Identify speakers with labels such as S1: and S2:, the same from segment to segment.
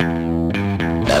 S1: Bah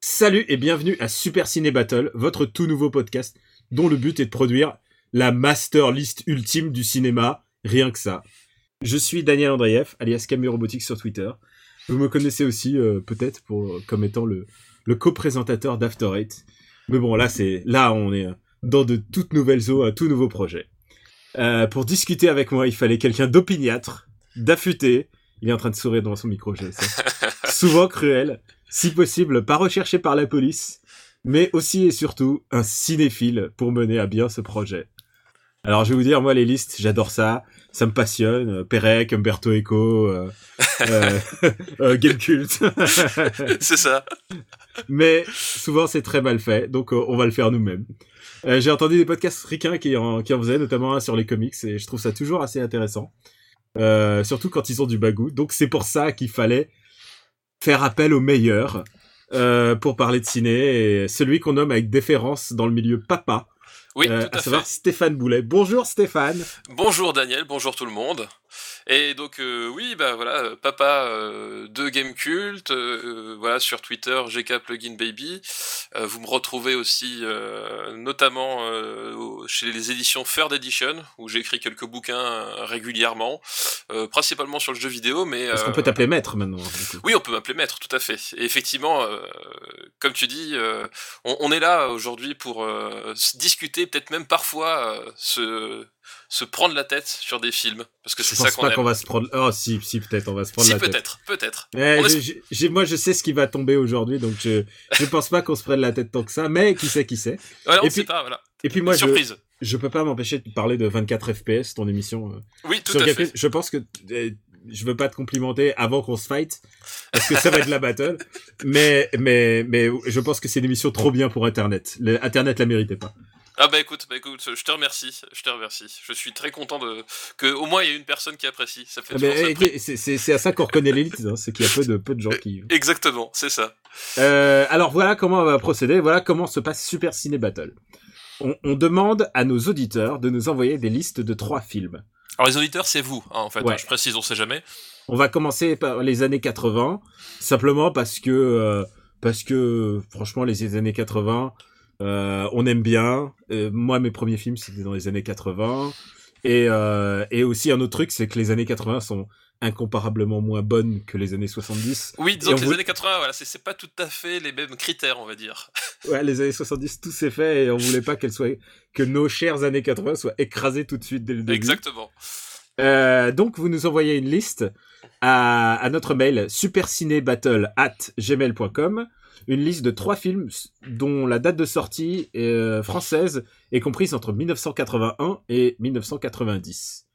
S2: Salut et bienvenue à Super Ciné Battle, votre tout nouveau podcast dont le but est de produire la master list ultime du cinéma, rien que ça. Je suis Daniel Andreev, alias Camus Robotics sur Twitter. Vous me connaissez aussi euh, peut-être pour comme étant le, le co-présentateur d'After Eight. Mais bon, là c'est là on est dans de toutes nouvelles eaux, un tout nouveau projet. Euh, pour discuter avec moi, il fallait quelqu'un d'opiniâtre, d'affûté. Il est en train de sourire devant son micro, je le sais. Souvent cruel, si possible pas recherché par la police, mais aussi et surtout un cinéphile pour mener à bien ce projet. Alors je vais vous dire, moi les listes, j'adore ça, ça me passionne. Euh, Pérec, Umberto Eco, euh, euh, euh, Game Cult.
S3: C'est ça.
S2: mais souvent c'est très mal fait, donc euh, on va le faire nous-mêmes. Euh, J'ai entendu des podcasts ricains qui en, qui en faisaient, notamment un sur les comics, et je trouve ça toujours assez intéressant. Euh, surtout quand ils ont du bagou. Donc c'est pour ça qu'il fallait faire appel aux meilleurs euh, pour parler de ciné, et celui qu'on nomme avec déférence dans le milieu papa,
S3: Oui,
S2: euh, à
S3: tout à, fait. Euh,
S2: savoir Stéphane Boulet. Bonjour Stéphane
S3: Bonjour Daniel, bonjour tout le monde. Et donc euh, oui, bah voilà, euh, papa euh, de Game Cult, euh, euh, voilà sur Twitter GK Plugin Baby. Euh, vous me retrouvez aussi euh, notamment euh, au- chez les éditions Third Edition où j'écris quelques bouquins euh, régulièrement, euh, principalement sur le jeu vidéo, mais
S2: Parce qu'on
S3: euh,
S2: peut t'appeler maître maintenant. du coup.
S3: Oui, on peut m'appeler maître, tout à fait. Et effectivement, euh, comme tu dis, euh, on, on est là aujourd'hui pour euh, se discuter, peut-être même parfois euh, se, se prendre la tête sur des films, parce que
S2: Je
S3: c'est ça
S2: pense
S3: qu'on
S2: pas qu'on
S3: aime.
S2: va se prendre. Oh, si, si, peut-être, on va se prendre
S3: Si,
S2: la tête.
S3: peut-être, peut-être.
S2: Eh,
S3: On
S2: je- je- j'ai- moi, je sais ce qui va tomber aujourd'hui, donc je, je pense pas qu'on se prenne la tête tant que ça, mais qui sait, qui sait.
S3: Voilà, on
S2: Et
S3: sait
S2: puis-
S3: pas, voilà.
S2: Et puis moi, je,
S3: Surprise.
S2: je peux pas m'empêcher de parler de 24 FPS, ton émission. euh,
S3: Oui, tout
S2: sur
S3: à
S2: Game
S3: fait.
S2: Pass. Je pense que euh, je veux pas te complimenter avant qu'on se fight, parce que ça va être la battle, mais, mais, mais je pense que c'est une émission trop bien pour Internet. Le- Internet la méritait pas.
S3: Ah bah écoute, bah écoute, je te remercie, je te remercie. Je suis très content de que au moins il y ait une personne qui apprécie. Ça
S2: Ah,
S3: fait toujours
S2: mais,
S3: ça de
S2: eh,
S3: prix.
S2: c'est- c'est c'est à ça qu'on reconnaît l'élite, hein, c'est qu'il y a peu de, peu de gens qui.
S3: Exactement, c'est ça.
S2: Euh, alors voilà comment on va procéder, voilà comment se passe Super Ciné Battle. On, on demande à nos auditeurs de nous envoyer des listes de trois films.
S3: Alors les auditeurs, c'est vous, hein, en fait.
S2: Ouais.
S3: hein, je précise, on sait jamais.
S2: On va commencer par les années 80, simplement parce que, euh, parce que franchement, les années 80, euh, on aime bien. Euh, moi, mes premiers films, c'était dans les années 80. Et, euh, et aussi un autre truc, c'est que les années 80 sont incomparablement moins bonnes que les années 70.
S3: Oui,
S2: Et
S3: disons
S2: on
S3: que les
S2: vous-
S3: années 80, voilà, c'est- c'est pas tout à fait les mêmes critères, on va dire.
S2: Ouais, les années 70, tout s'est fait et on voulait pas qu'elles soient, que nos chères années 80 soient écrasées tout de suite dès le début.
S3: Exactement.
S2: Euh, donc, vous nous envoyez une liste à, à notre mail supercinébattle at gmail.com. Une liste de trois films s- dont la date de sortie euh, française est comprise entre 1981 et 1990.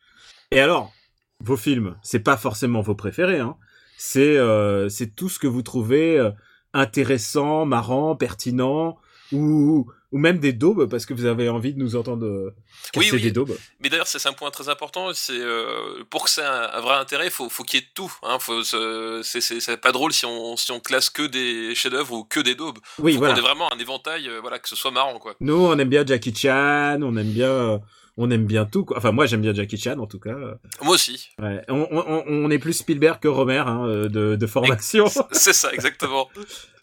S2: Et alors, vos films, c'est pas forcément vos préférés, hein. c'est euh, c'est tout ce que vous trouvez euh, intéressant, marrant, pertinent, ou, ou même des daubes, parce que vous avez envie de nous entendre euh,
S3: Oui,
S2: casser
S3: oui.
S2: des daubes.
S3: Mais d'ailleurs, c'est c'est un point très important. C'est euh, pour que c'est un, un vrai intérêt, faut faut qu'il y ait de tout. Hein, faut, se- c'est c'est- c'est pas drôle si on si on classe que des chefs-d'œuvre ou que des daubes.
S2: Oui,
S3: faut
S2: voilà.
S3: qu'on ait vraiment un éventail, euh, voilà, que ce soit marrant, quoi.
S2: Nous, on aime bien Jackie Chan, on aime bien, euh, on aime bien tout. Quoi. Enfin, moi, j'aime bien Jackie Chan, en tout cas. euh,
S3: Moi aussi.
S2: ouais. on, on- on est plus Spielberg que Romer hein, euh, de, de formation.
S3: C'est ça, exactement.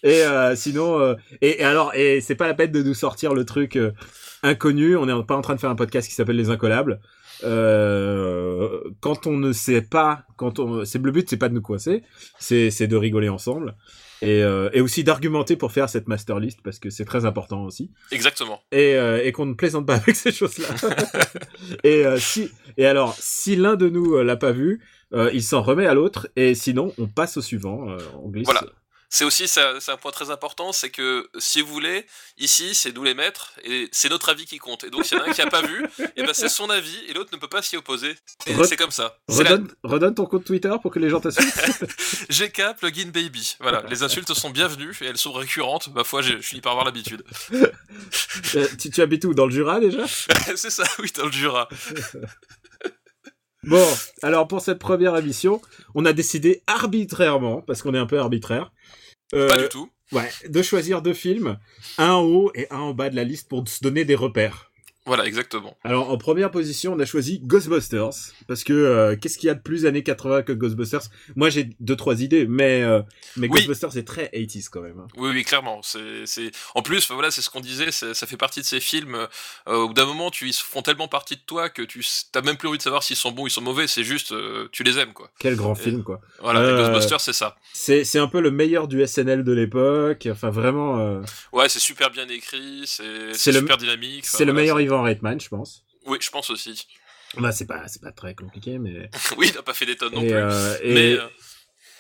S2: Et euh, sinon, euh, et, et alors, et c'est pas la peine de nous sortir le truc euh, inconnu. On n'est pas en train de faire un podcast qui s'appelle Les Incollables. Euh, quand on ne sait pas, quand on, c'est le but, c'est pas de nous coincer, c'est c'est de rigoler ensemble et, euh, et aussi d'argumenter pour faire cette master list parce que c'est très important aussi
S3: exactement.
S2: et, euh, et qu'on ne plaisante pas avec ces choses-là. et euh, si et alors si l'un de nous euh, l'a pas vu, euh, il s'en remet à l'autre et sinon on passe au suivant. euh, on glisse.
S3: Voilà. C'est aussi ça- c'est un point très important, c'est que si vous voulez, ici c'est nous les maîtres et c'est notre avis qui compte. Et donc s'il y en a un qui a pas vu, et ben c'est son avis et l'autre ne peut pas s'y opposer. C'est
S2: Re-
S3: c'est comme ça. C'est la-
S2: Redonne, redonne ton compte Twitter pour que les gens te suivent.
S3: GK plugin baby. Voilà, les insultes sont bienvenues et elles sont récurrentes. Ma foi, je je finis par avoir l'habitude.
S2: Euh, tu, tu habites où Dans le Jura déjà
S3: c'est ça, oui, dans le Jura.
S2: Bon, alors pour cette première émission, on a décidé arbitrairement, parce qu'on est un peu arbitraire, euh,
S3: Pas du tout.
S2: ouais, de choisir deux films, un en haut et un en bas de la liste pour se donner des repères.
S3: Voilà, exactement.
S2: Alors en première position, on a choisi Ghostbusters, parce que euh, qu'est-ce qu'il y a de plus années 80 que Ghostbusters Moi j'ai deux trois idées, mais, euh, mais
S3: Oui.
S2: Ghostbusters c'est très 80s quand même. hein.
S3: Oui, oui, clairement. C'est, c'est... En plus, enfin, voilà, c'est ce qu'on disait, c'est- ça fait partie de ces films. euh, au bout d'un moment, tu, ils font tellement partie de toi que tu s- t'as même plus envie de savoir s'ils sont bons ou ils sont mauvais. C'est juste, euh, tu les aimes, quoi.
S2: Quel grand
S3: Et-
S2: film quoi.
S3: Voilà,
S2: Euh.
S3: les Ghostbusters, c'est ça.
S2: C'est c'est un peu le meilleur du SNL de l'époque, enfin vraiment, euh,
S3: Ouais, c'est super bien écrit, c'est,
S2: C'est
S3: c'est
S2: le-
S3: super dynamique. enfin,
S2: c'est le
S3: voilà,
S2: meilleur Ivan Reitman je pense.
S3: c'est- Oui, je pense aussi.
S2: Bah c'est pas, c'est pas très compliqué mais...
S3: oui, il n'a pas fait des tonnes non
S2: Et,
S3: plus.
S2: euh, et-
S3: Mais euh,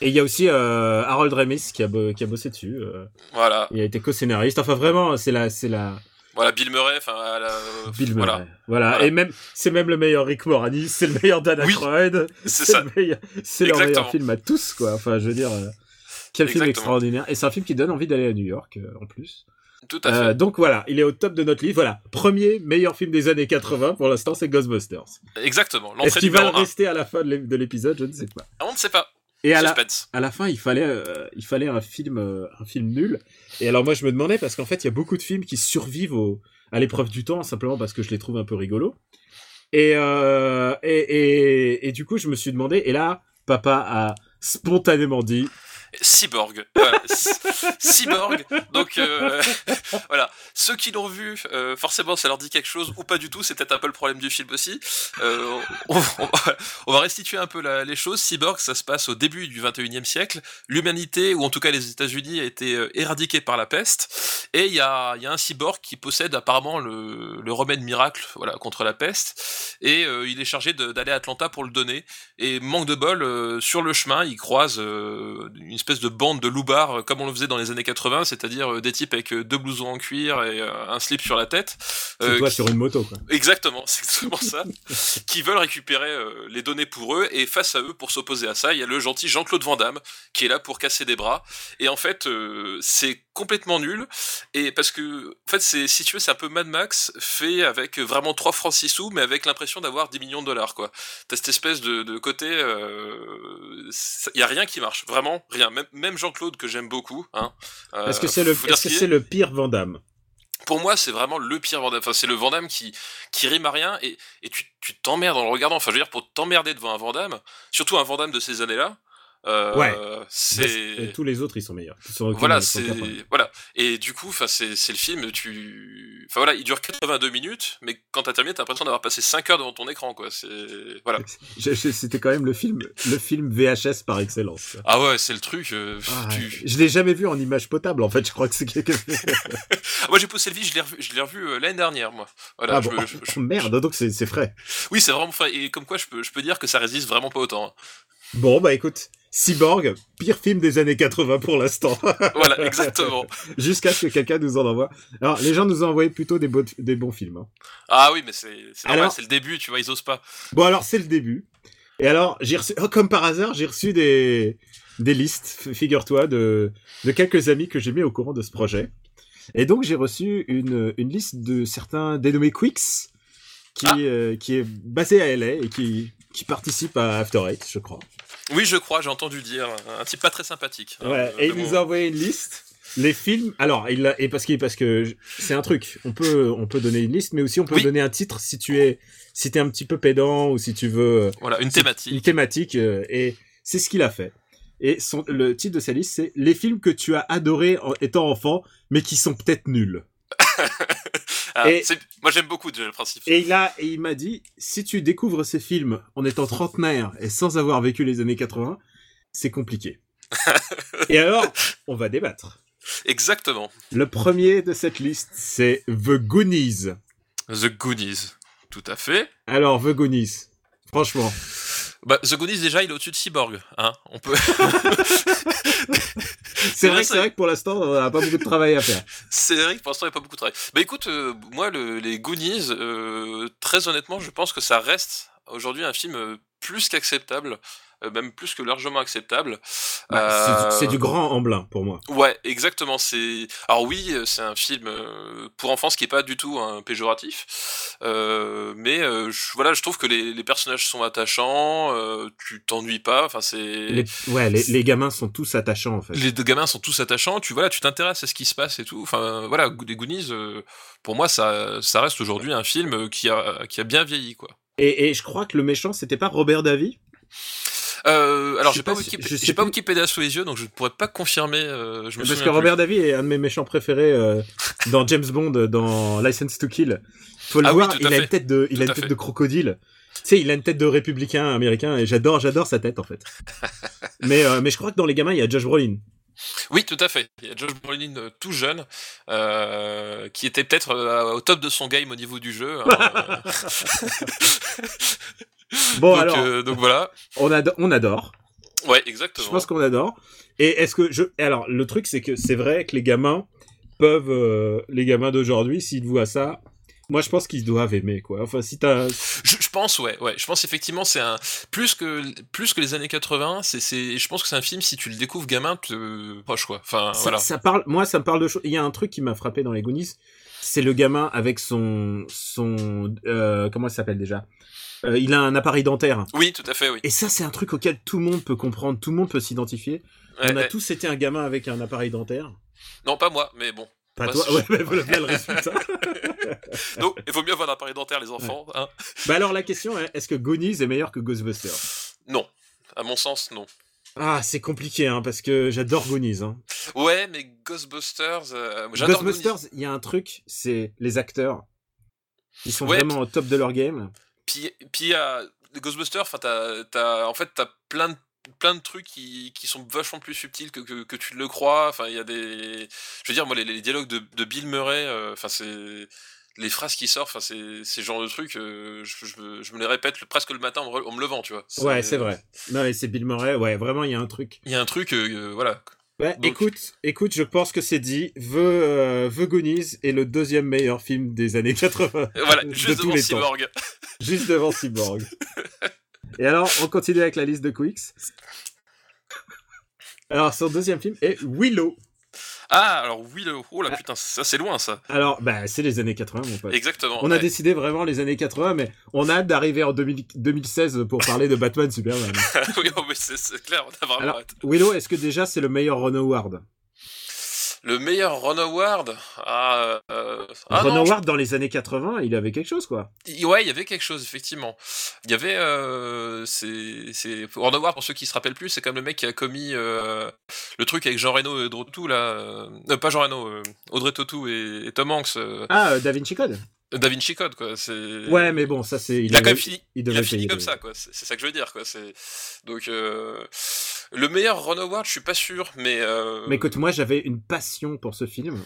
S2: Et il y a aussi euh, Harold Ramis qui a, bo- qui a bossé dessus. euh.
S3: voilà,
S2: il a été co-scénariste. Enfin, vraiment, c'est la, c'est la
S3: voilà, Bill Murray, enfin, à la-
S2: Bill Murray.
S3: voilà,
S2: Voilà.
S3: Voilà.
S2: Et même, c'est même le meilleur Rick Moranis, c'est le meilleur Dan
S3: Oui,
S2: Aykroyd.
S3: c'est ça.
S2: le meilleur- C'est leur meilleur
S3: Exactement.
S2: film à tous, quoi. Enfin, je veux dire, euh, quel film
S3: Exactement.
S2: extraordinaire. Et c'est un film qui donne envie d'aller à New York, euh, en plus.
S3: Tout à fait.
S2: Euh, donc voilà, il est au top de notre livre. Voilà, premier meilleur film des années 80 pour l'instant, c'est Ghostbusters.
S3: Exactement.
S2: Est-ce
S3: L'entrée
S2: qu'il va
S3: numéro 1.
S2: rester à la fin de l'é- de l'épisode Je ne sais pas.
S3: On ne sait pas.
S2: Et à la,
S3: Suspense.
S2: à la fin, il fallait, euh, il fallait un film, euh, un film nul. Et alors moi, je me demandais parce qu'en fait, il y a beaucoup de films qui survivent au, à l'épreuve du temps simplement parce que je les trouve un peu rigolos. Et, euh, et, et, et du coup, je me suis demandé. Et là, papa a spontanément dit.
S3: Cyborg. Voilà. C- Cyborg. Donc euh, voilà, ceux qui l'ont vu, euh, forcément, ça leur dit quelque chose ou pas du tout. C'est peut-être un peu le problème du film aussi. Euh, on, on- on va restituer un peu la- les choses. Cyborg, ça se passe au début du 21e siècle. L'humanité, ou en tout cas les États-Unis, a été euh, éradiquée par la peste. Et il y a, il y a un cyborg qui possède apparemment le, le remède miracle voilà, contre la peste. Et euh, il est chargé de- d'aller à Atlanta pour le donner. Et manque de bol, euh, sur le chemin, il croise euh, une espèce de bande de loubards, euh, comme on le faisait dans les années 80, c'est-à-dire euh, des types avec euh, deux blousons en cuir et euh, un slip sur la tête.
S2: C'est
S3: euh,
S2: toi
S3: qui-
S2: sur une moto, quoi.
S3: Exactement, c'est exactement ça. qui veulent récupérer euh, les données pour eux et face à eux, pour s'opposer à ça, il y a le gentil Jean-Claude Van Damme qui est là pour casser des bras. Et en fait, euh, c'est complètement nul. Et parce que, en fait, c'est si tu veux, c'est un peu Mad Max fait avec vraiment 3 francs 6 sous, mais avec l'impression d'avoir 10 millions de dollars, quoi. T'as cette espèce de, de côté, il y a rien qui marche, vraiment rien. Même, même Jean-Claude que j'aime beaucoup, hein. euh,
S2: Est-ce que c'est le,
S3: faut dire
S2: est-ce que
S3: ce qu'il est
S2: c'est le pire Vandame
S3: pour moi, c'est vraiment le pire Van Damme. Enfin, c'est le Van Damme qui, qui rime à rien et, et tu tu t'emmerdes en le regardant. Enfin, je veux dire, pour t'emmerder devant un Van Damme, surtout un Van Damme de ces années-là, euh,
S2: Ouais. Bah,
S3: c'est.
S2: Tous les autres, ils sont meilleurs. Ils sont aucun-
S3: Voilà,
S2: ils sont
S3: c'est.
S2: aucun problème.
S3: Voilà. Et du coup, enfin, c'est c'est le film, tu. Enfin, voilà, il dure 82 minutes, mais quand t'as terminé, t'as l'impression d'avoir passé 5 heures devant ton écran, quoi. C'est. Voilà.
S2: Je- je- C'était quand même le film, le film VHS par excellence.
S3: Ah ouais, c'est le truc. euh,
S2: Ah,
S3: tu-
S2: Je l'ai jamais vu en image potable, en fait. Je crois que c'est quelque chose.
S3: Ah, moi, j'ai poussé le vide, je l'ai revu, je l'ai revu euh, l'année dernière, moi. Voilà.
S2: Ah
S3: je
S2: bon.
S3: me- je- je-
S2: Oh, merde, donc c'est c'est frais.
S3: Oui, c'est vraiment. frais. Et comme quoi, je peux, je peux dire que ça résiste vraiment pas autant. hein.
S2: Bon, bah écoute, Cyborg, pire film des années 80 pour l'instant,
S3: Voilà, exactement.
S2: jusqu'à ce que quelqu'un nous en envoie. Alors, les gens nous ont envoyé plutôt des, beaux- des bons films. hein.
S3: Ah oui, mais c'est c'est normal,
S2: Alors-
S3: c'est le début, tu vois, ils osent pas.
S2: Bon, alors, c'est le début. Et alors, j'ai reçu, oh, comme par hasard, j'ai reçu des, des listes, f- figure-toi, de, de quelques amis que j'ai mis au courant de ce projet. Et donc, j'ai reçu une, une liste de certains dénommés Quicks, qui,
S3: Ah.
S2: euh, qui est basé à LA et qui, qui participe à After Eight, je crois.
S3: Oui, je crois, j'ai entendu dire. Un type pas très sympathique. hein,
S2: Ouais, et il nous a envoyé une liste. Les films, alors, il a, et parce que, parce que je- c'est un truc, on peut, on peut donner une liste, mais aussi on peut
S3: Oui.
S2: donner un titre si tu es, si t'es un petit peu pédant ou si tu veux euh,
S3: Voilà, une
S2: c'est-
S3: thématique.
S2: une thématique, euh, et c'est ce qu'il a fait. Et son, le titre de sa liste, c'est les films que tu as adorés en étant enfant, mais qui sont peut-être nuls.
S3: Ah,
S2: et-
S3: c'est- Moi, j'aime beaucoup déjà le principe.
S2: Et il a, et il m'a dit, si tu découvres ces films en étant trentenaire et sans avoir vécu les années 80, c'est compliqué. et alors, on va débattre.
S3: Exactement.
S2: Le premier de cette liste, c'est The Goonies.
S3: The Goonies. Tout à fait.
S2: Alors, The Goonies, franchement,
S3: Bah, The Goonies, déjà, il est au-dessus de Cyborg. Hein on peut...
S2: C'est vrai, que- c'est vrai que pour l'instant, on n'a pas beaucoup de travail à faire.
S3: C'est vrai que pour l'instant, il n'y a pas beaucoup de travail. Bah écoute, euh, moi, le- les Goonies, euh, très honnêtement, je pense que ça reste aujourd'hui un film euh, plus qu'acceptable, euh, même plus que largement acceptable.
S2: Bah,
S3: Euh,
S2: c'est du- C'est du grand emblin pour moi.
S3: Ouais, exactement. C'est alors oui, euh, c'est un film euh, pour enfants ce qui est pas du tout un péjoratif, Euh, mais euh, je, voilà, je trouve que les, les personnages sont attachants, euh, tu t'ennuies pas. Enfin, c'est
S2: Les,
S3: les...
S2: ouais, les, les gamins sont tous attachants en fait.
S3: deux gamins sont tous attachants. Tu voilà, tu t'intéresses à ce qui se passe et tout. Enfin, voilà, les Goonies, euh, pour moi, ça, ça reste aujourd'hui un film euh, qui a qui a bien vieilli quoi.
S2: Et, et je crois que le méchant, c'était pas Robert Davi
S3: Euh, alors
S2: Je sais
S3: j'ai pas,
S2: pas si-
S3: Wikip-
S2: je sais
S3: j'ai pas
S2: plus.
S3: Wikipédia sous les yeux, donc je ne pourrais pas confirmer. euh, je me
S2: Parce
S3: souviens
S2: que
S3: plus.
S2: Robert Davi est un de mes méchants préférés euh, dans James Bond, dans License to Kill. Faut le
S3: Ah oui,
S2: voir,
S3: tout
S2: il
S3: à
S2: a
S3: fait.
S2: une tête de, il
S3: Tout
S2: a une
S3: à
S2: tête
S3: fait.
S2: de crocodile. Tu sais, il a une tête de républicain américain et j'adore, j'adore sa tête en fait. mais, euh, mais je crois que dans les gamins, il y a Josh Brolin.
S3: Oui, tout à fait. Il y a Josh Brolin euh, tout jeune, euh, qui était peut-être euh, au top de son game au niveau du jeu. hein.
S2: Bon
S3: donc,
S2: alors,
S3: euh, donc voilà.
S2: on, ado- on adore.
S3: Ouais,
S2: Je
S3: exactement.
S2: pense qu'on adore. Et est-ce que je et alors le truc c'est que c'est vrai que les gamins peuvent euh, les gamins d'aujourd'hui s'ils voient ça, moi je pense qu'ils doivent aimer quoi. Enfin si t'as
S3: Je, je pense, ouais, ouais. Je pense effectivement, c'est un plus que plus que les années 80. C'est, c'est, je pense que c'est un film si tu le découvres gamin, te proche quoi. Enfin
S2: ça,
S3: voilà.
S2: ça parle moi ça me parle de choses. Il y a un truc qui m'a frappé dans les Goonies, c'est le gamin avec son son euh, comment il s'appelle déjà Euh, Il a un appareil dentaire.
S3: Oui, tout à fait, oui.
S2: Et ça c'est un truc auquel tout le monde peut comprendre, tout le monde peut s'identifier.
S3: Ouais,
S2: On a
S3: ouais.
S2: tous été un gamin avec un appareil dentaire.
S3: Eh, Non, pas moi, mais bon.
S2: Pas
S3: Bah,
S2: toi,
S3: si.
S2: ouais, mais voilà bien le résultat.
S3: Donc, il vaut mieux avoir un appareil dentaire, les enfants. hein.
S2: bah alors la question est, est-ce que Goonies est meilleur que Ghostbusters
S3: Non. À mon sens, non.
S2: Ah, c'est compliqué, hein, parce que j'adore Goonies. Hein.
S3: Ouais, mais Ghostbusters. euh, j'adore Goonies.
S2: Ghostbusters, il y a un truc, c'est les acteurs. Ils sont
S3: Ouais,
S2: vraiment au top de leur game.
S3: Puis, puis euh, les Ghostbusters, enfin, t'as, t'as- en fait, t'as plein de plein de trucs qui, qui sont vachement plus subtils que, que, que tu ne le crois. Enfin, il y a des, je veux dire, moi, les, les dialogues de, de Bill Murray, euh, enfin, c'est les phrases qui sortent, enfin, c'est c'est le genre de trucs, euh, je, je, me- je me les répète le- presque le matin en, me re- en me levant, tu vois.
S2: Ouais, c'est vrai. Non, mais c'est Bill Murray, ouais, vraiment, il y a un truc.
S3: Il y a un truc, euh, voilà.
S2: Ouais,
S3: Donc-
S2: écoute, écoute, je pense que c'est dit. The, euh, The Goonies est le deuxième meilleur film des années 80,
S3: Euh, Voilà,
S2: De
S3: juste
S2: tous
S3: devant
S2: les temps.
S3: Cyborg.
S2: juste devant Cyborg. Et alors, on continue avec la liste de Quicks. Alors, son deuxième film est Willow.
S3: Ah, alors oui, le- oh là, putain, ça c'est loin, ça.
S2: Alors, bah, c'est les années 80, mon pote.
S3: Exactement.
S2: On a
S3: Ouais.
S2: décidé vraiment les années 80, mais on a hâte d'arriver en 2000 2016 pour parler de Batman Superman.
S3: oui, oh, mais c'est- c'est clair, on a vraiment
S2: Alors,
S3: hâte.
S2: Willow, est-ce que déjà c'est le meilleur Ron Howard
S3: Le meilleur Ron Howard Ah, euh, ah
S2: Ron
S3: non,
S2: Howard, dans les années 80, il avait quelque chose, quoi.
S3: je- ouais, il y avait quelque chose, effectivement. Il y avait. Euh, c'est, c'est... Ron Howard, pour ceux qui se rappellent plus, c'est comme le mec qui a commis euh, le truc avec Jean Reno et Audrey Tautou, là. euh, euh, pas Jean Reno, euh, Audrey Tautou et, et Tom Hanks. euh,
S2: Ah, euh, Da Vinci Code
S3: Da Vinci Code, quoi. C'est...
S2: Ouais, mais bon, ça c'est...
S3: Euh, Il, a
S2: avait-
S3: quand même fini,
S2: il
S3: il
S2: devait
S3: a fini
S2: payer,
S3: comme
S2: oui.
S3: ça, quoi. C'est, c'est ça que je veux dire, quoi. C'est... Donc, euh, le meilleur Ron Howard, je suis pas sûr, mais. euh,
S2: Mais écoute, moi j'avais une passion pour ce film.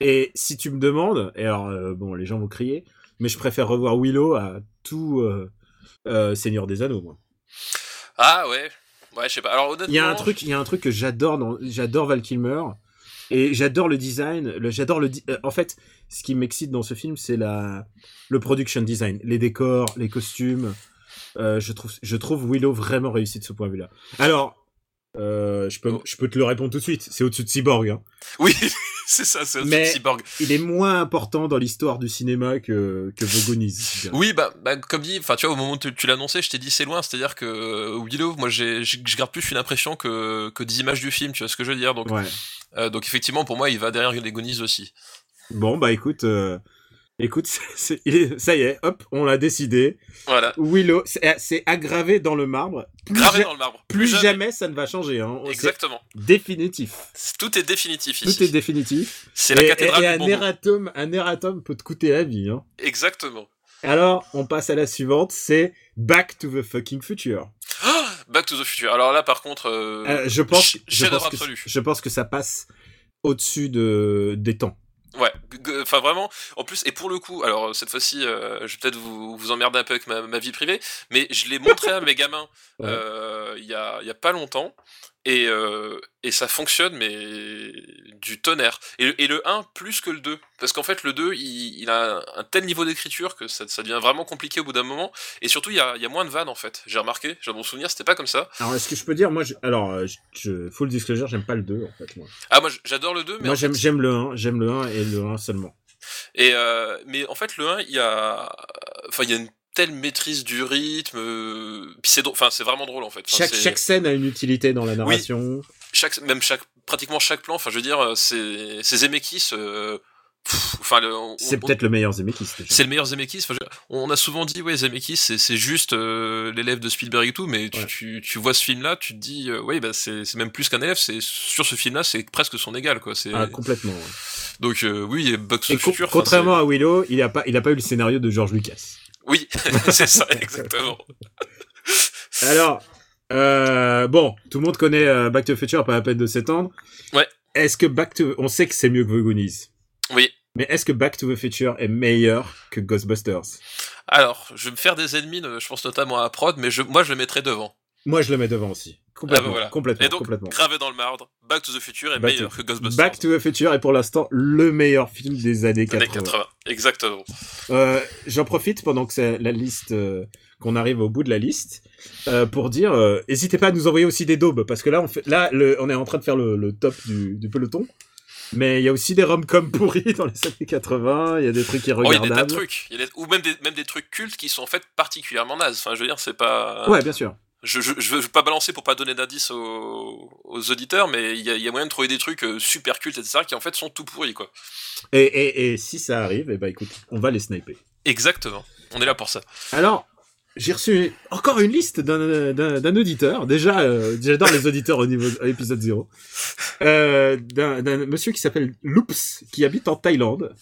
S2: Et si tu me demandes, et alors, euh, bon, les gens vont crier, mais je préfère revoir Willow à tout euh, euh, Seigneur des Anneaux, moi.
S3: Ah, ouais. Ouais, je sais pas. Alors, honnêtement.
S2: Il y a un truc, il y a un truc que j'adore dans, j'adore Val Kilmer et j'adore le design, le, j'adore le, di- euh, en fait, ce qui m'excite dans ce film, c'est la, le production design, les décors, les costumes. Euh, je trouve, je trouve Willow vraiment réussi de ce point de vue-là. Alors, euh, je peux, je peux te le répondre tout de suite. C'est au-dessus de Cyborg. hein.
S3: Oui, c'est ça, c'est un
S2: Mais-
S3: truc cyborg.
S2: Il est moins important dans l'histoire du cinéma que que The Goonies, je dirais.
S3: Oui, bah, bah, comme dit, enfin, tu vois, au moment où tu, tu l'annonçais, je t'ai dit c'est loin, c'est-à-dire que euh, Willow, moi, j'ai, je je garde plus une impression que, que des images du film, tu vois ce que je veux dire. Donc,
S2: Ouais.
S3: euh, donc effectivement, pour moi, il va derrière les Goonies aussi.
S2: Bon bah écoute, euh, écoute, c'est- c'est- ça y est, hop, on l'a décidé.
S3: Voilà.
S2: Willow, c'est eh, c'est aggravé dans le marbre. Plus
S3: Gravé
S2: ja-
S3: dans le marbre.
S2: plus jamais. ça ne va changer. Hein. On- C'est
S3: Exactement.
S2: définitif.
S3: C'est- Tout est définitif ici.
S2: Tout est définitif.
S3: C'est la
S2: Et-
S3: cathédrale
S2: et, et
S3: du bon
S2: un,
S3: goût.
S2: erratum, un erratum peut te coûter la vie. Hein.
S3: Exactement.
S2: Alors, on passe à la suivante, c'est Back to the fucking future.
S3: Ah, Back to the Future. Alors là, par contre, euh,
S2: Euh, je pense,
S3: ch-
S2: je
S3: chef-d'œuvre
S2: pense que,
S3: absolu.
S2: je pense que ça passe au-dessus de, des temps.
S3: Ouais, g- g- enfin vraiment. En plus, et pour le coup, alors cette fois-ci, euh, je vais peut-être vous, vous emmerder un peu avec ma, ma vie privée, mais je l'ai montré à mes gamins
S2: Ouais.
S3: euh, il y, a, il y a pas longtemps, et, euh, et ça fonctionne, mais du tonnerre. Et, le- et le 1 plus que le 2, parce qu'en fait, le 2, il, il a un- un tel niveau d'écriture que ça, ça devient vraiment compliqué au bout d'un moment, et surtout, il y a, il y a moins de vannes en fait. J'ai remarqué, j'ai mon souvenir, c'était pas comme ça.
S2: Alors, est-ce que je peux dire, moi, je- alors, euh, je, je- full disclosure, j'aime pas le 2, en fait, moi.
S3: Ah, moi j- j'adore le 2, mais
S2: moi,
S3: en
S2: j'aime,
S3: fait,
S2: j'aime le 1, j'aime le 1 et le 1 seulement.
S3: Et euh, mais en fait, le 1, il y a, enfin, il y a une telle maîtrise du rythme. euh, Puis c'est, drôle- enfin, c'est vraiment drôle en fait. Enfin,
S2: Chaque,
S3: c'est-
S2: chaque scène a une utilité dans la narration.
S3: chaque- même chaque, pratiquement chaque plan. Enfin, je veux dire, euh, c'est, c'est Zemeckis. euh, pff, Enfin, le- on-
S2: C'est
S3: on-
S2: peut-être le meilleur Zemeckis, déjà.
S3: c'est le meilleur Zemeckis. Enfin, je- on a souvent dit, ouais, Zemeckis, c'est, c'est juste euh, l'élève de Spielberg et tout, mais tu,
S2: Ouais.
S3: tu, tu vois ce film-là, tu te dis, euh, ouais, bah, c'est, c'est même plus qu'un élève. C'est sur ce film-là, c'est presque son égal, quoi. C'est
S2: Ah, complètement. ouais.
S3: donc euh, oui, et Box
S2: Et co-
S3: Future. enfin, c'est-
S2: contrairement à Willow, il a pas, il a pas eu le scénario de George Lucas.
S3: oui, c'est ça exactement.
S2: Alors, euh, bon, tout le monde connaît euh, Back to the Future, pas la peine de s'étendre.
S3: Ouais.
S2: Est-ce que Back to, on sait que c'est mieux que The Goonies.
S3: Oui.
S2: Mais est-ce que Back to the Future est meilleur que Ghostbusters
S3: Alors, je vais me faire des ennemis, euh, je pense notamment à Prod, mais je, moi je le mettrai devant.
S2: Moi, je le mets devant aussi. Complètement,
S3: Ah bah voilà.
S2: complètement,
S3: Et donc,
S2: complètement.
S3: gravé dans le marbre, Back to the Future est
S2: Back
S3: meilleur
S2: to-
S3: que Ghostbusters.
S2: Back to the Future est pour l'instant le meilleur film des années
S3: Années
S2: 80.
S3: 80. Exactement.
S2: Euh, J'en profite pendant que c'est la liste, euh, qu'on arrive au bout de la liste, euh, pour dire, euh, n'hésitez pas à nous envoyer aussi des daubes, parce que là, on, fait, là, le- on est en train de faire le, le top du, du peloton. Mais il y a aussi des rom comme pourris dans les années 80, il y a des trucs
S3: Oh, il y a des tas
S2: irregardables.
S3: de trucs. Il y a des- ou même des, même des trucs cultes qui sont en fait particulièrement nazes. Enfin, je veux dire, c'est pas.
S2: ouais, bien sûr.
S3: Je, je, je veux je veux pas balancer pour pas donner d'indices aux, aux auditeurs, mais il y, a, il y a moyen de trouver des trucs euh, super cultes, etc., qui en fait sont tout pourris, quoi.
S2: Et, et, et si ça arrive, eh ben, écoute, on va les sniper.
S3: Exactement. On est là pour ça.
S2: Alors, j'ai reçu encore une liste d'un- d'un d'un auditeur. Déjà, euh, j'adore les auditeurs au niveau à épisode 0. Euh, d'un d'un monsieur qui s'appelle Loops, qui habite en Thaïlande.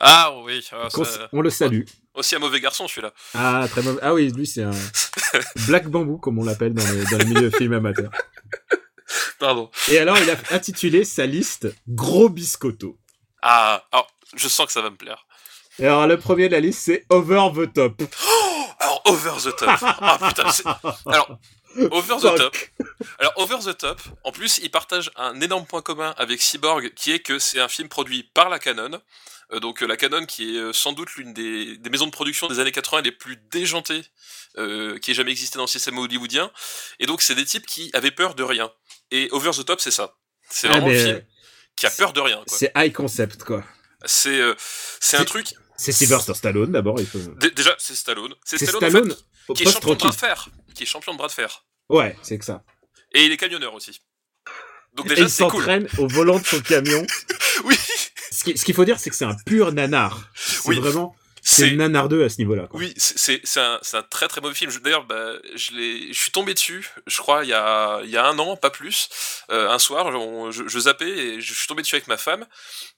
S3: Ah oui, ah,
S2: Qu'on-
S3: ça-
S2: On le salue.
S3: aussi un mauvais garçon celui-là.
S2: Ah, très mauvais. Ah oui, lui, c'est un Black Bamboo, comme on l'appelle dans le, dans le milieu film amateur.
S3: Pardon.
S2: Et alors, il a intitulé sa liste Gros Biscotto.
S3: Ah, alors, je sens que ça va me plaire.
S2: Et alors, le premier de la liste, c'est Over the Top.
S3: Alors, over the top. Ah putain, c'est. Alors, over the
S2: Fuck.
S3: top. Alors, over the top, en plus, il partage un énorme point commun avec Cyborg, qui est que c'est un film produit par la Canon. Euh, donc, euh, la Canon, qui est euh, sans doute l'une des, des maisons de production des années 80 les plus déjantées euh, qui ait jamais existé dans le système hollywoodien. Et donc, c'est des types qui avaient peur de rien. Et over the top, c'est ça. C'est
S2: Ah,
S3: vraiment
S2: mais,
S3: un film qui a
S2: c'est-
S3: peur de rien. quoi.
S2: C'est high concept, quoi.
S3: C'est euh, c'est un
S2: c'est-
S3: truc.
S2: C'est Sylvester Stallone, d'abord. il faut-
S3: dé- Déjà, c'est Stallone. C'est
S2: C'est
S3: Stallone, en
S2: Stallone,
S3: fait,
S2: au
S3: qui est champion de bras de
S2: post-rocky.
S3: fer. Qui est champion de bras de fer.
S2: Ouais, c'est que ça.
S3: Et il est camionneur aussi. Donc
S2: Et
S3: déjà,
S2: il
S3: c'est cool.
S2: s'entraîne au volant de son camion.
S3: Oui,
S2: Ce qui- ce qu'il faut dire, c'est que c'est un pur nanar. C'est
S3: Oui.
S2: vraiment, c'est
S3: c'est
S2: nanardeux à ce niveau-là. quoi.
S3: oui, c'est- c'est c'est un, c'est un très très mauvais film. Je- D'ailleurs, bah, je l'ai- je suis tombé dessus, je crois, il y a, il y a un an, pas plus. Euh, un soir, on- je, je zappais et je suis tombé dessus avec ma femme.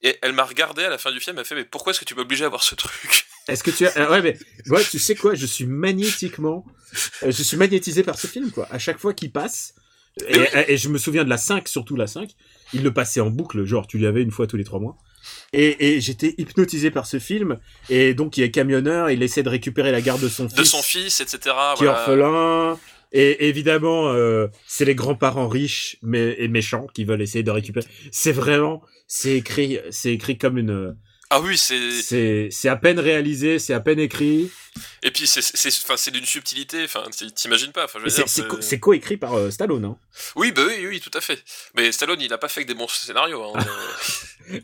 S3: Et elle m'a regardé à la fin du film, elle m'a fait Mais pourquoi est-ce que tu m'as obligé à voir ce truc
S2: Est-ce que tu as, ah ouais, mais, ouais, tu sais quoi, je suis magnétiquement, euh, je suis magnétisé par ce film, quoi. À chaque fois qu'il passe, et, et- et je me souviens de la 5, surtout la 5, il le passait en boucle, genre, tu l'y avais une fois tous les trois mois. Et, et j'étais hypnotisé par ce film. Et donc, il est camionneur, il essaie de récupérer la garde de son fils.
S3: De son fils, etc.
S2: qui est
S3: voilà.
S2: orphelin. Et évidemment, euh, c'est les grands-parents riches mais, et méchants qui veulent essayer de récupérer. C'est vraiment, c'est écrit, c'est écrit comme une,
S3: Ah oui, c'est.
S2: c'est, c'est à peine réalisé, c'est à peine écrit.
S3: Et puis, c'est- c'est enfin, c'est d'une subtilité, enfin, c'est- t'imagines pas. Enfin, je veux
S2: Et c'est,
S3: dire,
S2: c'est,
S3: c'est-
S2: co- c'est co-écrit par euh, Stallone. hein.
S3: Oui, bah oui, oui, tout à fait. Mais Stallone, il a pas fait que des bons scénarios. hein.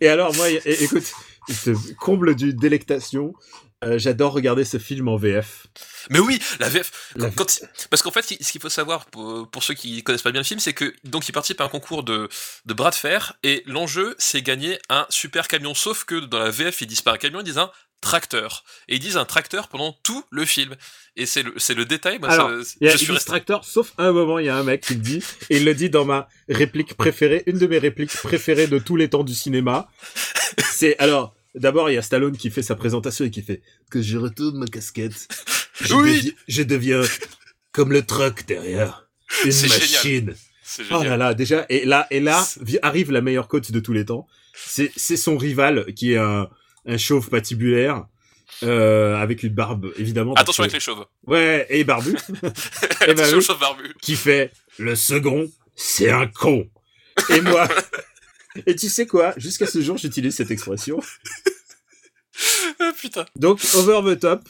S2: Et alors, moi, é- é- écoute, ce comble du délectation, euh, j'adore regarder ce film en VF.
S3: Mais oui, la VF,
S2: La
S3: Quand- quand- parce qu'en fait, ce qu'il faut savoir pour, pour ceux qui connaissent pas bien le film, c'est que donc il participe à un concours de, de bras de fer et l'enjeu c'est gagner un super camion. Sauf que dans la VF, ils disent pas un camion, ils disent un tracteur. Et ils disent un tracteur pendant tout le film. Et c'est le, c'est le détail. Moi,
S2: Alors,
S3: ça-
S2: Il y a
S3: je suis
S2: Elvis
S3: resté-
S2: Tractor, sauf un moment, il y a un mec qui le dit, et il le dit dans ma réplique préférée, une de mes répliques préférées de tous les temps du cinéma. C'est, alors, d'abord, il y a Stallone qui fait sa présentation et qui fait que je retourne ma casquette. Je,
S3: Oui.
S2: deviens, je deviens comme le truck derrière. Une
S3: C'est génial.
S2: machine.
S3: C'est
S2: Oh
S3: génial.
S2: là là, déjà, et là, et là, vi- arrive la meilleure coach de tous les temps. C'est c'est son rival qui est un, un chauve patibulaire euh, avec une barbe évidemment. parce
S3: Attention
S2: que-
S3: avec les chauves.
S2: Ouais et barbu Eh ben
S3: Attention aux
S2: oui.
S3: chauves barbus.
S2: qui fait le second c'est un con et moi. Et tu sais quoi Jusqu'à ce jour, j'utilise cette expression.
S3: Ah, putain.
S2: Donc over the top.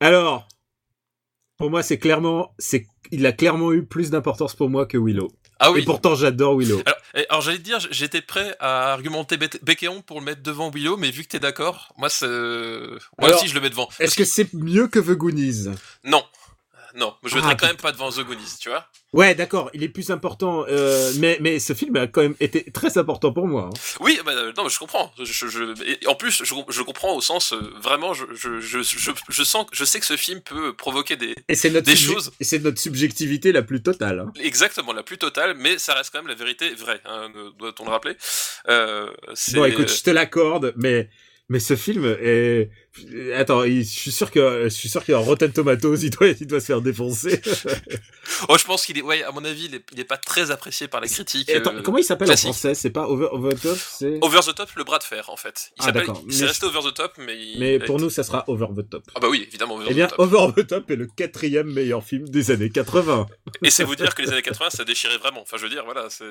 S2: Alors pour moi, c'est clairement c'est il a clairement eu plus d'importance pour moi que Willow.
S3: Ah oui.
S2: Et pourtant, j'adore Willow.
S3: Alors, eh, alors, j'allais te dire, j- j'étais prêt à argumenter Bé- Bécéon pour le mettre devant Willow, mais vu que t'es d'accord, moi, c'est... moi
S2: Alors,
S3: aussi je le mets devant. Parce
S2: Est-ce que c'est mieux que The Goonies
S3: Non. Non, je le
S2: Ah,
S3: mettrais quand même pas devant The Goonies, tu vois.
S2: Ouais, d'accord, il est plus important, euh, mais, mais ce film a quand même été très important pour moi. hein.
S3: Oui, bah, euh, non, mais je comprends. Je, je- je- et en plus, je, je comprends au sens euh, vraiment, je, je, je, je, je sens, je sais que ce film peut provoquer des
S2: Et c'est notre,
S3: Des
S2: subje-
S3: choses.
S2: et c'est notre subjectivité la plus totale. hein.
S3: exactement la plus totale, mais ça reste quand même la vérité vraie. Hein, euh, doit-on le rappeler euh, c'est-
S2: Bon, écoute, je te l'accorde, mais, mais ce film est... Attends, il- je suis sûr que je suis sûr qu'il y a Rotten Tomatoes, il doit, il doit se faire défoncer.
S3: Oh, je pense qu'il est, ouais, à mon avis, il est, il est pas très apprécié par la critique.
S2: Et attends,
S3: euh,
S2: comment il s'appelle en
S3: classique. Oh,
S2: français C'est pas Over, Over the Top c'est...
S3: Over the Top, le bras de fer, en fait. Il
S2: Ah,
S3: s'appelle,
S2: d'accord.
S3: c'est
S2: Mais-
S3: resté Over the Top, mais il-
S2: Mais pour nous, ça sera Over the Top.
S3: Ah bah oui, évidemment, Over
S2: Eh
S3: the
S2: bien,
S3: Top.
S2: Over the Top est le quatrième meilleur film des années 80.
S3: Et c'est vous dire que les années 80, ça déchirait vraiment. Enfin, je veux dire, voilà, c'est...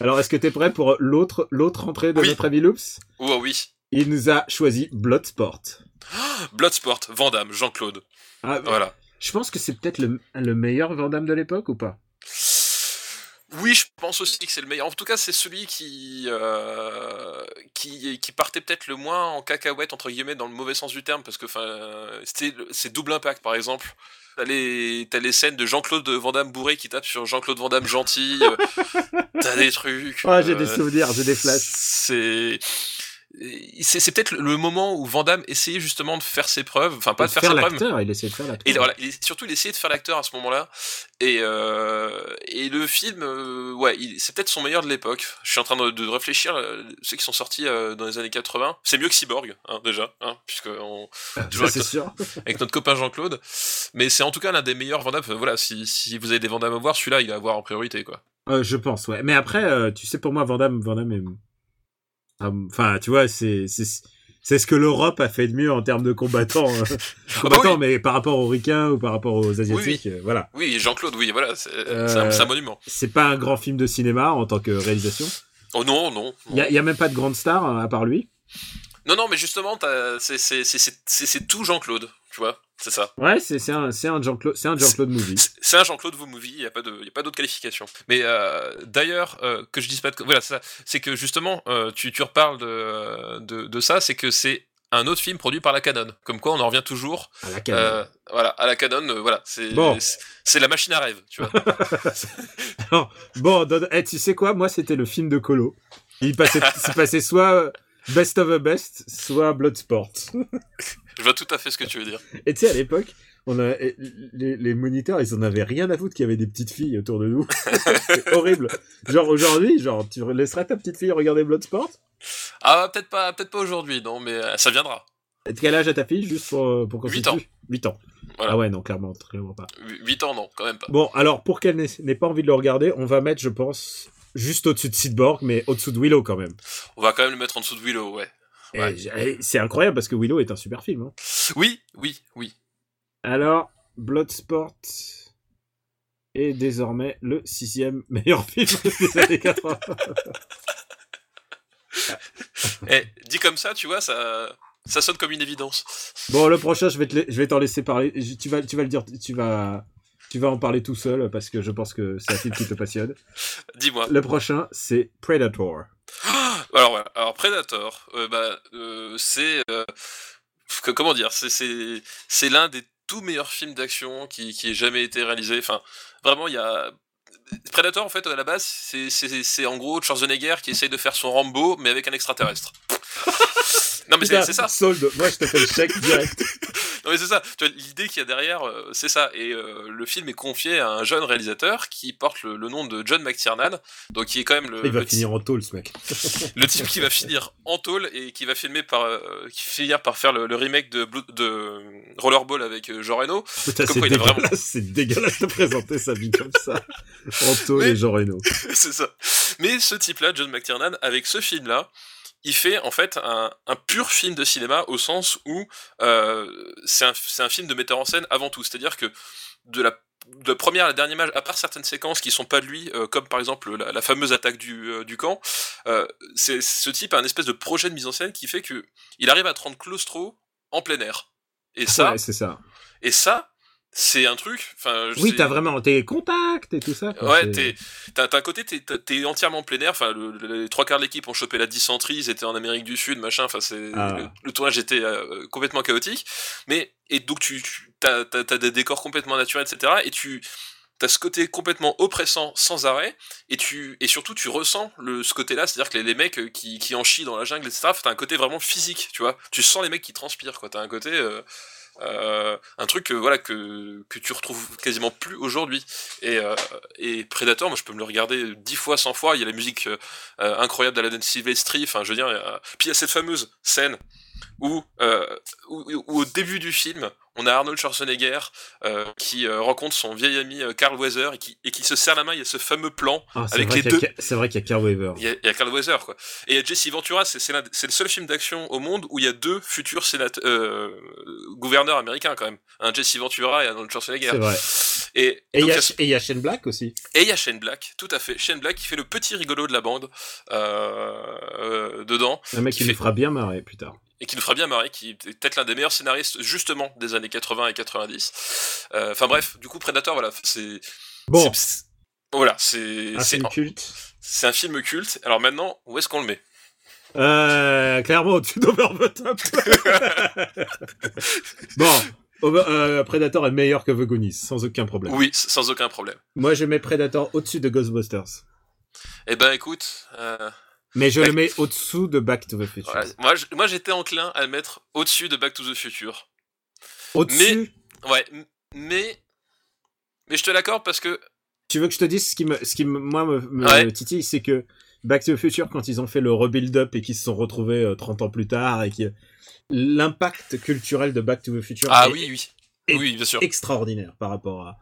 S2: Alors, est-ce que t'es prêt pour l'autre, l'autre entrée de
S3: Oui.
S2: notre ami Loops
S3: Oh oui.
S2: Il nous a choisi Bloodsport.
S3: Bloodsport, Van Damme, Jean-Claude.
S2: Ah,
S3: Voilà.
S2: Je pense que c'est peut-être le, le meilleur Vandame de l'époque ou pas
S3: Oui, je pense aussi que c'est le meilleur. En tout cas, c'est celui qui, euh, qui qui partait peut-être le moins en cacahuète entre guillemets dans le mauvais sens du terme, parce que enfin, euh, c'était le- c'est double impact par exemple. T'as les, t'as les scènes de Jean-Claude Van Damme bourré qui tape sur Jean-Claude Van Damme gentil. euh, t'as des trucs.
S2: Ah, j'ai
S3: euh,
S2: des souvenirs, j'ai des flashs.
S3: C'est c'est c'est peut-être le moment où Van Damme essayait justement de faire ses preuves, enfin pas de faire, ses preuves,
S2: l'acteur, il essaie de faire
S3: et
S2: l'acteur.
S3: voilà, il- surtout, il essayait de faire l'acteur à ce moment-là. Et, euh, et le film, euh, ouais, il- c'est peut-être son meilleur de l'époque. Je suis en train de, de réfléchir, euh, ceux qui sont sortis euh, dans les années 80. C'est mieux que Cyborg, hein, déjà, hein, puisque on, toujours
S2: Ah, Ça, c'est
S3: avec,
S2: sûr.
S3: avec notre copain Jean-Claude. Mais c'est en tout cas l'un des meilleurs Van Damme. Voilà, si, si vous avez des Van Damme à voir, celui-là, il est à voir en priorité, quoi.
S2: Euh, je pense, ouais. Mais après, euh, tu sais, pour moi, Vandame, Vandame est. Ah, Enfin, tu vois, c'est. c'est- C'est ce que l'Europe a fait de mieux en termes de combattants. euh,
S3: bah
S2: combattants, mais par rapport aux Ricains ou par rapport aux Asiatiques, euh, voilà.
S3: Oui, et Jean-Claude, oui, voilà, c'est
S2: Euh,
S3: c'est un, c'est un monument.
S2: C'est pas un grand film de cinéma en tant que réalisation.
S3: Oh non, non.
S2: Il y, a- il y a même pas de grande star hein, à part lui.
S3: Non, non, mais justement, t'as- c'est- c'est c'est- c'est- c'est- c'est tout Jean-Claude, tu vois, c'est ça.
S2: Ouais, c'est c'est un, c'est un Jean-Claude Jean movie.
S3: C'est- C'est un Jean-Claude Vaumovie, il n'y a pas de- y a pas d'autre qualification. Mais euh, d'ailleurs, euh, que je dise pas de. Voilà, c'est ça. c'est que justement, euh, tu, tu reparles de, de, de ça, c'est que c'est un autre film produit par la Canon. Comme quoi, on en revient toujours
S2: À la canne.
S3: euh, voilà, à la Canon, euh, voilà, c'est
S2: Bon.
S3: c'est- c'est la machine à rêve, tu vois.
S2: Bon, dans- eh, tu sais quoi Moi, c'était le film de Colo. Il passait, il passait soit euh, Best of the Best, soit Bloodsport.
S3: je vois tout à fait ce que tu veux dire.
S2: Et tu sais, à l'époque, on a, eh, les, les moniteurs, ils en avaient rien à foutre qu'il y avait des petites filles autour de nous. C'est horrible. Genre, aujourd'hui, genre, tu laisseras ta petite fille regarder Bloodsport
S3: Ah, peut-être pas, peut pas aujourd'hui, non, mais euh, ça viendra.
S2: Et De quel âge a ta fille, juste pour, euh, pour qu'on
S3: Huit
S2: se
S3: ans.
S2: tue 8 ans.
S3: Voilà.
S2: Ah ouais, non, clairement, clairement pas.
S3: 8 ans, non, quand même pas.
S2: Bon, alors, pour qu'elle n'ait n'ait pas envie de le regarder, on va mettre, je pense, juste au-dessus de Sidborg, mais au-dessous de Willow quand même.
S3: On va quand même le mettre en dessous de Willow, ouais.
S2: Et
S3: Ouais.
S2: j- eh, C'est incroyable parce que Willow est un super film. hein.
S3: Oui, oui, oui.
S2: Alors, Bloodsport est désormais le sixième meilleur film des années 80.
S3: Eh, dit comme ça, tu vois, ça, ça sonne comme une évidence.
S2: Bon, le prochain, je vais te la- je vais t'en laisser parler. Je- tu vas, tu vas le dire, tu vas, tu vas en parler tout seul parce que je pense que c'est un film qui te passionne.
S3: Dis-moi.
S2: Le prochain, c'est Predator.
S3: Alors, voilà. Alors Predator, euh, bah, euh, c'est euh, que- comment dire, c'est c'est c'est l'un des tout meilleurs films d'action qui qui ait jamais été réalisé. Enfin, vraiment, il y a Predator en fait à la base, c'est c'est c'est en gros Schwarzenegger qui essaye de faire son Rambo mais avec un extraterrestre. non mais c'est
S2: Putain,
S3: c'est ça. Euh,
S2: Solde. Moi, je te fais le chèque direct.
S3: Non, Non mais c'est ça. Tu vois, L'idée qu'il y a derrière, euh, c'est ça. Et euh, le film est confié à un jeune réalisateur qui porte le, le nom de John McTiernan, donc qui est quand même le,
S2: Il va
S3: le ti-
S2: finir en tôle, ce mec.
S3: le type qui va finir en tôle et qui va filmer par, euh, qui finir par faire le, le remake de, Blue- de euh, Rollerball avec euh, Jean Reno.
S2: Putain,
S3: Comme
S2: c'est
S3: quoi, il est
S2: dégueulasse,
S3: vraiment-
S2: c'est dégueulasse de présenter sa vie comme ça. En tôle
S3: Mais-
S2: et Jean Reno.
S3: c'est ça. Mais ce type-là, John McTiernan, avec ce film-là, il fait en fait un, un pur film de cinéma au sens où euh, c'est un, c'est un film de metteur en scène avant tout. C'est-à-dire que de la de première à la dernière image, à part certaines séquences qui sont pas de lui, euh, comme par exemple la, la fameuse attaque du, euh, du camp, euh, c'est ce type a un espèce de projet de mise en scène qui fait que il arrive à te rendre claustro en plein air. Et ça,
S2: Ouais, c'est ça.
S3: et ça, c'est un truc. Enfin, je
S2: Oui,
S3: sais-
S2: t'as vraiment tes contacts et tout ça. quoi,
S3: Ouais,
S2: c'est-
S3: t'es- t'as t'as un côté, t'es- t'es t'es entièrement plein air. Enfin, le- le- les trois quarts de l'équipe ont chopé la dysenterie, ils étaient en Amérique du Sud, machin. Enfin, c'est
S2: Ah.
S3: le, le tournage était euh, complètement chaotique. Mais et donc tu tu- t'as t'as t'as des décors complètement naturels, etc. Et tu t'as ce côté complètement oppressant sans arrêt. Et tu et surtout tu ressens le ce côté-là, c'est-à-dire que les, les mecs euh, qui qui en chient dans la jungle, etc. T'as un côté vraiment physique, tu vois. Tu sens les mecs qui transpirent, quoi. T'as un côté euh, euh, un truc que, voilà que que tu retrouves quasiment plus aujourd'hui et euh, et Predator moi je peux me le regarder dix fois 100 fois il y a la musique euh, euh, incroyable d'Alan Silvestri enfin je veux dire il y a- puis il y a cette fameuse scène où, euh, où, où au début du film on a Arnold Schwarzenegger euh, qui euh, rencontre son vieil ami euh, Carl Weather et qui, et qui se serre la main il y a ce fameux plan
S2: Ah, c'est
S3: avec
S2: vrai
S3: les
S2: qu'il y a
S3: deux-
S2: Ca- C'est vrai qu'il y a Carl Weaver.
S3: il y, a, il y a Carl Weather, quoi. Et il y a Jesse Ventura, c'est c'est l'un des- c'est le seul film d'action au monde où il y a deux futurs sénateurs, euh, gouverneurs américains, quand même. Un Jesse Ventura et un Arnold Schwarzenegger.
S2: C'est vrai.
S3: Et,
S2: Et il y,
S3: donc, il y a
S2: a-
S3: ce-
S2: et il y a Shane Black aussi.
S3: et il y a Shane Black, tout à fait. Shane Black qui fait le petit rigolo de la bande euh, euh, dedans
S2: Un mec qui
S3: Qui
S2: nous
S3: fait-
S2: fera bien marrer plus tard.
S3: et qui nous fera bien marrer, qui est peut-être l'un des meilleurs scénaristes justement des années 80 et 90. Euh, Enfin bref, du coup Predator, voilà, c'est
S2: Bon,
S3: c'est- voilà, c'est
S2: un
S3: c'est
S2: film culte.
S3: c'est un film culte. Alors maintenant, où est-ce qu'on le met
S2: Euh, clairement au-dessus d'Overbutt. bon, Over- euh, Predator est meilleur que The Goonies, sans aucun problème.
S3: Oui, s- sans aucun problème.
S2: Moi, je mets Predator au-dessus de Ghostbusters.
S3: Eh ben écoute, euh,
S2: Mais je
S3: Ouais.
S2: le mets au-dessous de Back to the Future.
S3: voilà, moi j- moi j'étais enclin à le mettre au-dessus de Back to the Future.
S2: Au-dessus
S3: Ouais, m- mais mais je te l'accorde parce que
S2: Tu veux que je te dise ce qui me, ce qui me- moi me, me
S3: Ouais.
S2: titille, c'est que Back to the Future, quand ils ont fait le rebuild up et qu'ils se sont retrouvés euh, 30 ans plus tard et que l'impact culturel de Back to the Future
S3: ah
S2: est
S3: oui oui
S2: et-
S3: oui bien sûr.
S2: extraordinaire par rapport à,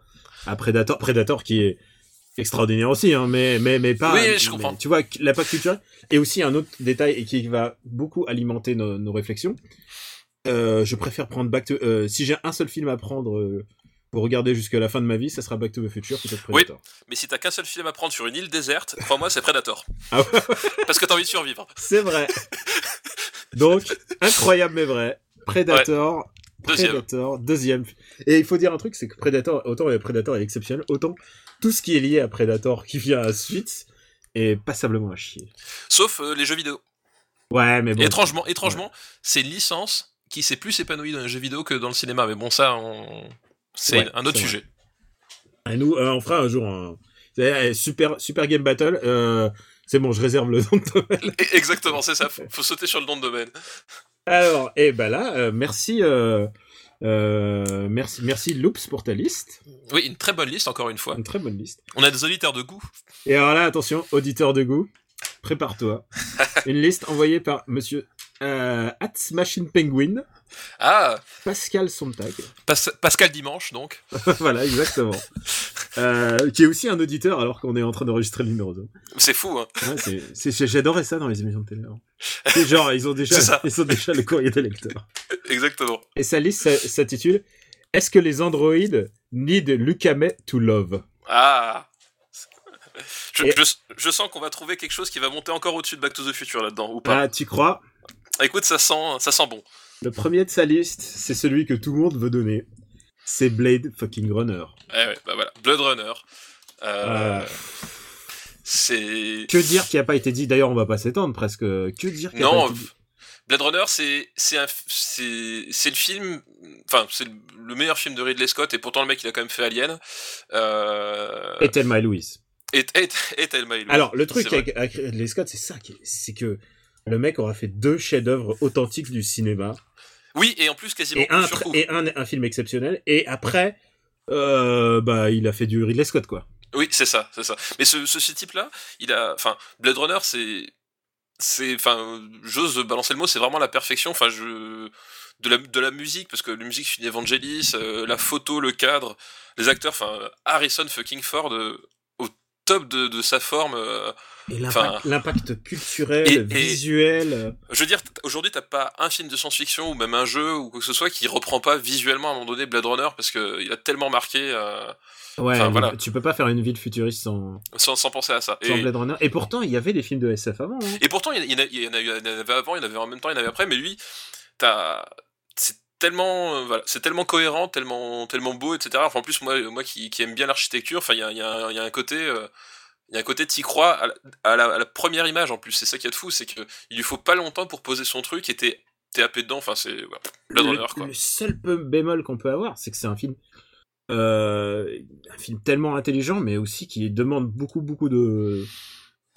S2: à Predator. Predator qui est extraordinaire aussi, hein, mais, mais, mais pas.
S3: Oui, oui, je
S2: mais
S3: comprends.
S2: Tu vois, l'impact culturel. Et aussi un autre détail et qui va beaucoup alimenter nos, nos réflexions. Euh, je préfère prendre Back to. euh, si j'ai un seul film à prendre euh, pour regarder jusqu'à la fin de ma vie, ça sera Back to the Future plutôt que
S3: Oui.
S2: Predator.
S3: Mais si t'as qu'un seul film à prendre sur une île déserte, crois-moi, c'est Predator.
S2: Ah ouais.
S3: Parce que t'as envie de survivre.
S2: C'est vrai. Donc, incroyable mais vrai. Predator.
S3: Deuxième.
S2: Predator, deuxième. Et il faut dire un truc, c'est que Predator, autant le Predator est exceptionnel, autant tout ce qui est lié à Predator qui vient à la suite est passablement à chier.
S3: Sauf euh, les jeux vidéo.
S2: Ouais, mais bon.
S3: Et étrangement, étrangement, c'est une licence qui s'est plus épanouie dans les jeux vidéo que dans le cinéma. Mais bon, ça, on... c'est
S2: Ouais,
S3: un autre
S2: c'est vrai.
S3: sujet.
S2: Et nous, euh, on fera un jour un c'est- eh, super, super game battle. euh, c'est bon, je réserve le nom de domaine.
S3: Et- Exactement, c'est ça. Faut, faut sauter sur le nom de domaine.
S2: Alors, et ben là, euh, merci, euh, euh, merci, merci Loops pour ta liste.
S3: Oui, une très bonne liste, encore une fois.
S2: Une très bonne liste.
S3: On a des auditeurs de goût.
S2: Et alors là, attention, auditeur de goût, prépare-toi. Une liste envoyée par monsieur euh, at Smashing Penguin,
S3: Ah,
S2: Pascal Sontag.
S3: Pas- Pascal Dimanche, donc.
S2: voilà, exactement. Euh, qui est aussi un auditeur alors qu'on est en train d'enregistrer le numéro 2.
S3: C'est fou, hein.
S2: J'adorais ça dans les émissions de télé. hein. C'est genre, ils ont, déjà,
S3: C'est ça.
S2: ils ont déjà le courrier des lecteurs.
S3: Exactement.
S2: Et sa liste s'a- s'intitule Est-ce que les androïdes need Lucame to love
S3: Ah je,
S2: Et-
S3: je- je sens qu'on va trouver quelque chose qui va monter encore au-dessus de Back to the Future là-dedans, ou pas.
S2: Ah, tu crois
S3: Ah, Écoute, ça sent, ça sent bon.
S2: Le premier de sa liste, c'est celui que tout le monde veut donner. C'est Blade fucking Runner.
S3: Eh ouais, bah voilà. Blood Runner. Euh,
S2: Euh,
S3: C'est.
S2: Que dire qui n'a pas été dit D'ailleurs, on va pas s'étendre presque. Que dire qui a
S3: Non,
S2: pas été dit
S3: Blade Runner, c'est c'est un f- c'est c'est le film, enfin c'est le le meilleur film de Ridley Scott et pourtant le mec il a quand même fait Alien. Euh,
S2: Et Thelma et Louise.
S3: et et et Thelma et Louise.
S2: Alors, le
S3: C'est
S2: truc
S3: vrai.
S2: avec, avec Ridley Scott, c'est ça, qui est- c'est que le mec aura fait deux chefs-d'œuvre authentiques du cinéma.
S3: Oui, et en plus quasiment
S2: et un,
S3: sur coup.
S2: tr- et un, un film exceptionnel. Et après, euh, bah, il a fait du Ridley Scott, quoi.
S3: Oui, c'est ça, c'est ça. Mais ce, ce, ce type-là, il a, enfin, Blade Runner, c'est, c'est, enfin, j'ose balancer le mot, c'est vraiment la perfection. Enfin, je, de la, de la musique, parce que la musique, c'est une évangéliste, euh, la photo, le cadre, les acteurs, enfin, Harrison fucking Ford euh, au top de, de sa forme. euh,
S2: Et l'impact-
S3: Enfin.
S2: l'impact culturel,
S3: Et- et-
S2: visuel. euh,
S3: Je veux dire, t- aujourd'hui, t'as pas un film de science-fiction ou même un jeu ou quoi que ce soit qui reprend pas visuellement à un moment donné Blade Runner parce que il a tellement marqué euh,
S2: Ouais,
S3: Enfin, voilà.
S2: tu peux pas faire une ville futuriste sans,
S3: sans, sans penser à ça.
S2: sans
S3: Et,
S2: Blade Runner. Et pourtant, il y avait des films de SF avant. hein.
S3: et pourtant, il y, en a- il y en a eu- il y en avait avant, il y en avait en même temps, il y en avait après, mais lui, t'as. C'est tellement, euh, voilà, c'est tellement cohérent, tellement, tellement beau, etc. Enfin, en plus, moi, moi qui, qui aime bien l'architecture, enfin, il y a, il y a un- il y a un côté. euh, il y a un côté t'y crois à la, à la- à la première image en plus, c'est ça qui est de fou, c'est que il lui faut pas longtemps pour poser son truc et t'es t'es happé dedans, enfin c'est ouais, Blade Runner
S2: le,
S3: quoi.
S2: le seul peu- bémol qu'on peut avoir, c'est que c'est un film, euh, un film tellement intelligent, mais aussi qui demande beaucoup, beaucoup de.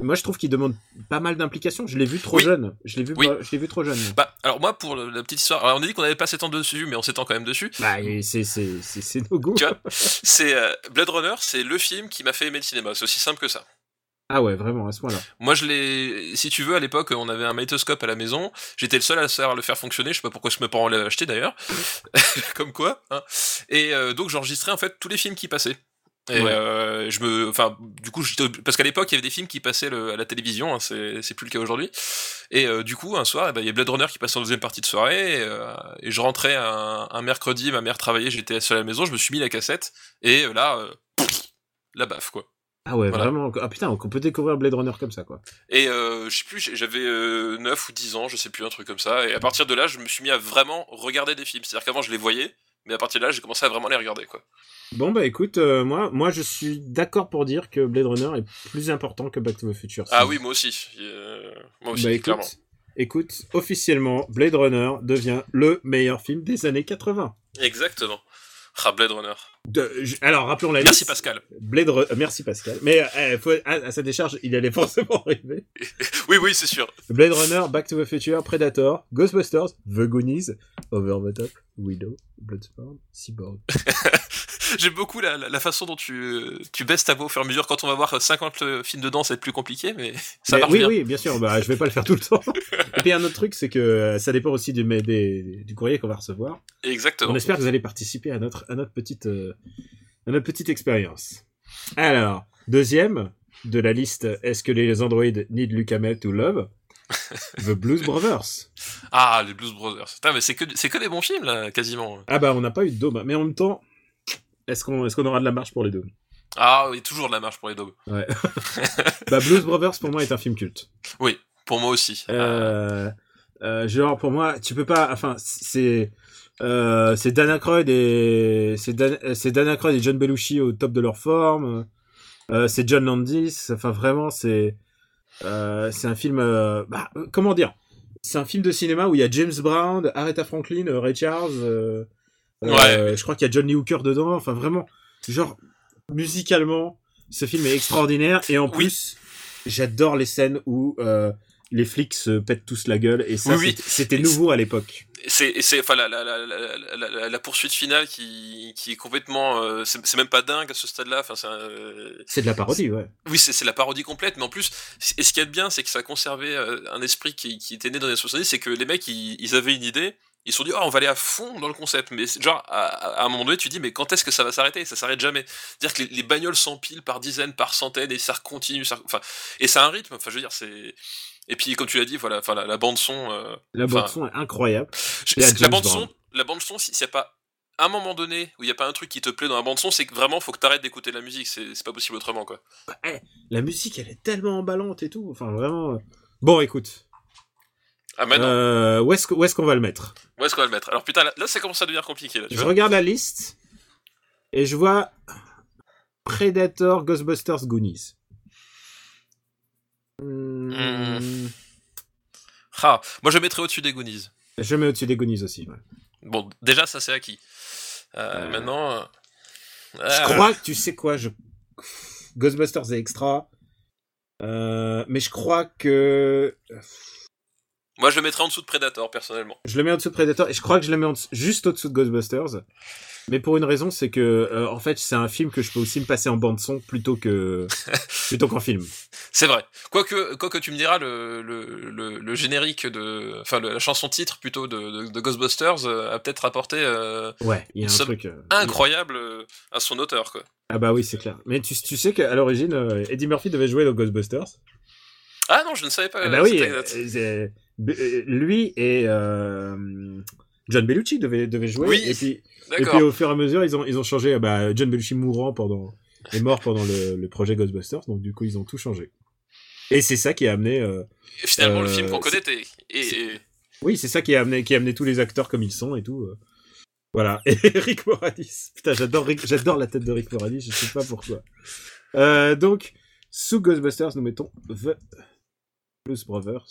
S2: Moi, je trouve qu'il demande pas mal d'implications. Je l'ai vu trop
S3: Oui.
S2: jeune. Je l'ai vu,
S3: Oui.
S2: pas- je l'ai vu trop jeune.
S3: Bah, alors moi, pour le- la petite histoire, alors on a dit qu'on n'avait pas s'étendre dessus, mais on s'étend quand même dessus.
S2: Bah, et c'est, c'est, c'est, c'est no go.
S3: Tu vois C'est euh, Blade Runner, c'est le film qui m'a fait aimer le cinéma. C'est aussi simple que ça.
S2: Ah ouais, vraiment, à ce point-là.
S3: Moi, je l'ai. Si tu veux, à l'époque, on avait un magnétoscope à la maison. J'étais le seul à savoir le faire fonctionner. Je sais pas pourquoi je me parents l'avaient acheté d'ailleurs. Comme quoi. hein. Et euh, donc, j'enregistrais en fait tous les films qui passaient. Et
S2: Ouais.
S3: euh, je me, enfin, du coup, j'étais ob- parce qu'à l'époque, il y avait des films qui passaient le- à la télévision. hein, c'est c'est plus le cas aujourd'hui. Et euh, du coup, un soir, eh ben, il y a Blade Runner qui passait en deuxième partie de soirée. Et, euh, et je rentrais un, un mercredi. Ma mère travaillait. J'étais seul à la maison. Je me suis mis la cassette. Et euh, là, euh, la baffe quoi.
S2: Ah ouais,
S3: Voilà.
S2: vraiment. Ah putain, on peut découvrir Blade Runner comme ça, quoi.
S3: Et euh, je sais plus, j'ai- j'avais euh, 9 ou 10 ans, je sais plus, un truc comme ça. Et à partir de là, je me suis mis à vraiment regarder des films. C'est-à-dire qu'avant, je les voyais, mais à partir de là, j'ai commencé à vraiment les regarder. quoi.
S2: Bon, bah écoute, euh, moi, moi, je suis d'accord pour dire que Blade Runner est plus important que Back to the Future.
S3: Ah oui, moi aussi. euh, moi aussi,
S2: Bah, écoute,
S3: clairement.
S2: écoute, officiellement, Blade Runner devient le meilleur film des années 80.
S3: Exactement. Ah, Blade Runner.
S2: De- je- alors, rappelons la
S3: Merci
S2: liste.
S3: Pascal.
S2: Blade Ru- euh, Merci Pascal. Mais euh, faut- à, à sa décharge, il allait forcément arriver.
S3: Oui, oui, c'est sûr.
S2: Blade Runner, Back to the Future, Predator, Ghostbusters, The Goonies, Over the Top, Widow, Bloodsport, Cyborg.
S3: J'aime beaucoup la, la- la façon dont tu, euh, tu baisses ta voix au fur et à mesure. Quand on va voir 50 films dedans, ça va être plus compliqué, mais ça
S2: Mais
S3: marche
S2: oui,
S3: bien.
S2: oui, bien sûr. Bah, je vais pas le faire tout le temps. Et puis un autre truc, c'est que euh, ça dépend aussi du, mais des- du courrier qu'on va recevoir.
S3: Exactement.
S2: On espère que vous allez participer à notre, à notre petite, euh, à notre petite expérience. Alors, deuxième de la liste, est-ce que les androïdes need Luke Hamel to love? The Blues Brothers.
S3: Ah, les Blues Brothers. Putain, mais c'est que, c'est que des bons films, là, quasiment.
S2: Ah bah, on n'a pas eu de dôme, mais en même temps, est-ce qu'on, est-ce qu'on aura de la marche pour les dômes?
S3: Ah, oui, toujours de la marche pour les daubes.
S2: Bah, Blues Brothers pour moi est un film culte.
S3: Pour moi aussi.
S2: Euh, euh, genre, pour moi, tu peux pas, enfin, c'est, euh, c'est Dan Aykroyd et, c'est Dan, c'est Dan Aykroyd et John Belushi au top de leur forme. Euh, c'est John Landis. Enfin, vraiment, c'est, euh, c'est un film, euh, bah, euh, comment dire? C'est un film de cinéma où il y a James Brown, Aretha Franklin, euh, Ray Charles, euh, euh, je crois qu'il y a John Lee Hooker dedans. Enfin, vraiment, genre, musicalement, ce film est extraordinaire. Et en
S3: Oui.
S2: plus, j'adore les scènes où, euh, les flics se pètent tous la gueule et ça
S3: Oui, oui.
S2: c'était- c'était nouveau à l'époque.
S3: c'est et c'est enfin la, la, la, la, la- la- la poursuite finale qui, qui est complètement euh, c'est c'est même pas dingue à ce stade-là enfin c'est un, euh,
S2: C'est de la parodie, ouais.
S3: oui c'est c'est la parodie complète mais en plus c- et ce qu'il y a de bien c'est que ça a conservé euh, un esprit qui, qui était né dans les années 70 c'est que les mecs ils, ils avaient une idée ils se sont dit oh on va aller à fond dans le concept mais c'est- genre à, à- à un moment donné tu dis mais quand est-ce que ça va s'arrêter ça s'arrête jamais c'est-à-dire que les, les bagnoles s'empilent par dizaines par centaines et ça continue ça enfin et ça a un rythme enfin je veux dire c'est et puis comme tu l'as dit voilà enfin la, euh, bande son
S2: La
S3: Enfin,
S2: bande son est incroyable.
S3: je-
S2: Et à
S3: c'est- la
S2: James
S3: bande
S2: Brown.
S3: son, la bande son, s'il n'y a pas un moment donné où il n'y a pas un truc qui te plaît dans la bande son, c'est que vraiment faut que t'arrêtes d'écouter la musique. C'est c'est pas possible autrement quoi.
S2: La musique, elle est tellement emballante et tout. Enfin, vraiment. euh. Bon, écoute.
S3: Ah maintenant,
S2: Euh, où est-ce que- où est-ce qu'on va le mettre
S3: où est-ce qu'on va le mettre Alors putain, là, là, ça commence à devenir compliqué. Là, tu
S2: Je
S3: vois
S2: regarde la liste et je vois Predator, Ghostbusters, Goonies. Hmm,
S3: Hmm. Ah, moi je mettrais au-dessus des Goonies.
S2: Je mets au-dessus des Goonies aussi. ouais.
S3: Bon, déjà ça c'est acquis. Euh,
S2: Euh.
S3: Maintenant, euh,
S2: Je
S3: ah,
S2: crois que tu sais quoi, je... Ghostbusters est extra. Euh, mais je crois que
S3: Moi, je le mettrais en dessous de Predator, personnellement.
S2: Je le mets en dessous de Predator et je crois que je le mets en dessous- juste au-dessous de Ghostbusters. Mais pour une raison, c'est que euh, en fait, c'est un film que je peux aussi me passer en bande son plutôt que plutôt qu'en film.
S3: C'est vrai. Quoique, quoique tu me diras, le, le, le, le générique de. Enfin, le- la chanson-titre plutôt de, de- de Ghostbusters euh, a peut-être apporté euh,
S2: Ouais, il y a un
S3: Ça-
S2: truc euh,
S3: incroyable euh, à son auteur, quoi.
S2: Ah bah oui, c'est clair. Mais tu, tu sais qu'à l'origine, euh, Eddie Murphy devait jouer dans Ghostbusters.
S3: Ah non, je ne savais pas.
S2: Ah bah
S3: euh,
S2: oui,
S3: c'était
S2: euh,
S3: exact.
S2: c'est- b- euh, lui et euh, John Bellucci devaient, devaient jouer.
S3: Oui.
S2: Et puis, euh, et
S3: D'accord.
S2: puis au fur et à mesure, ils ont, ils ont changé. Ah Bah, John Bellucci mourant pendant, est mort pendant le, le projet Ghostbusters, donc du coup, ils ont tout changé. Et c'est ça qui a amené, euh,
S3: Et Finalement, le
S2: euh,
S3: film qu'on
S2: c'est-
S3: connaît était- et, et-
S2: oui, c'est ça qui a amené, qui a amené tous les acteurs comme ils sont et tout. euh. Voilà. Et Rick Moranis. Putain, j'adore, Rick- j'adore la tête de Rick Moranis. Je sais pas pourquoi. Euh, donc, sous Ghostbusters, nous mettons The Blues Brothers,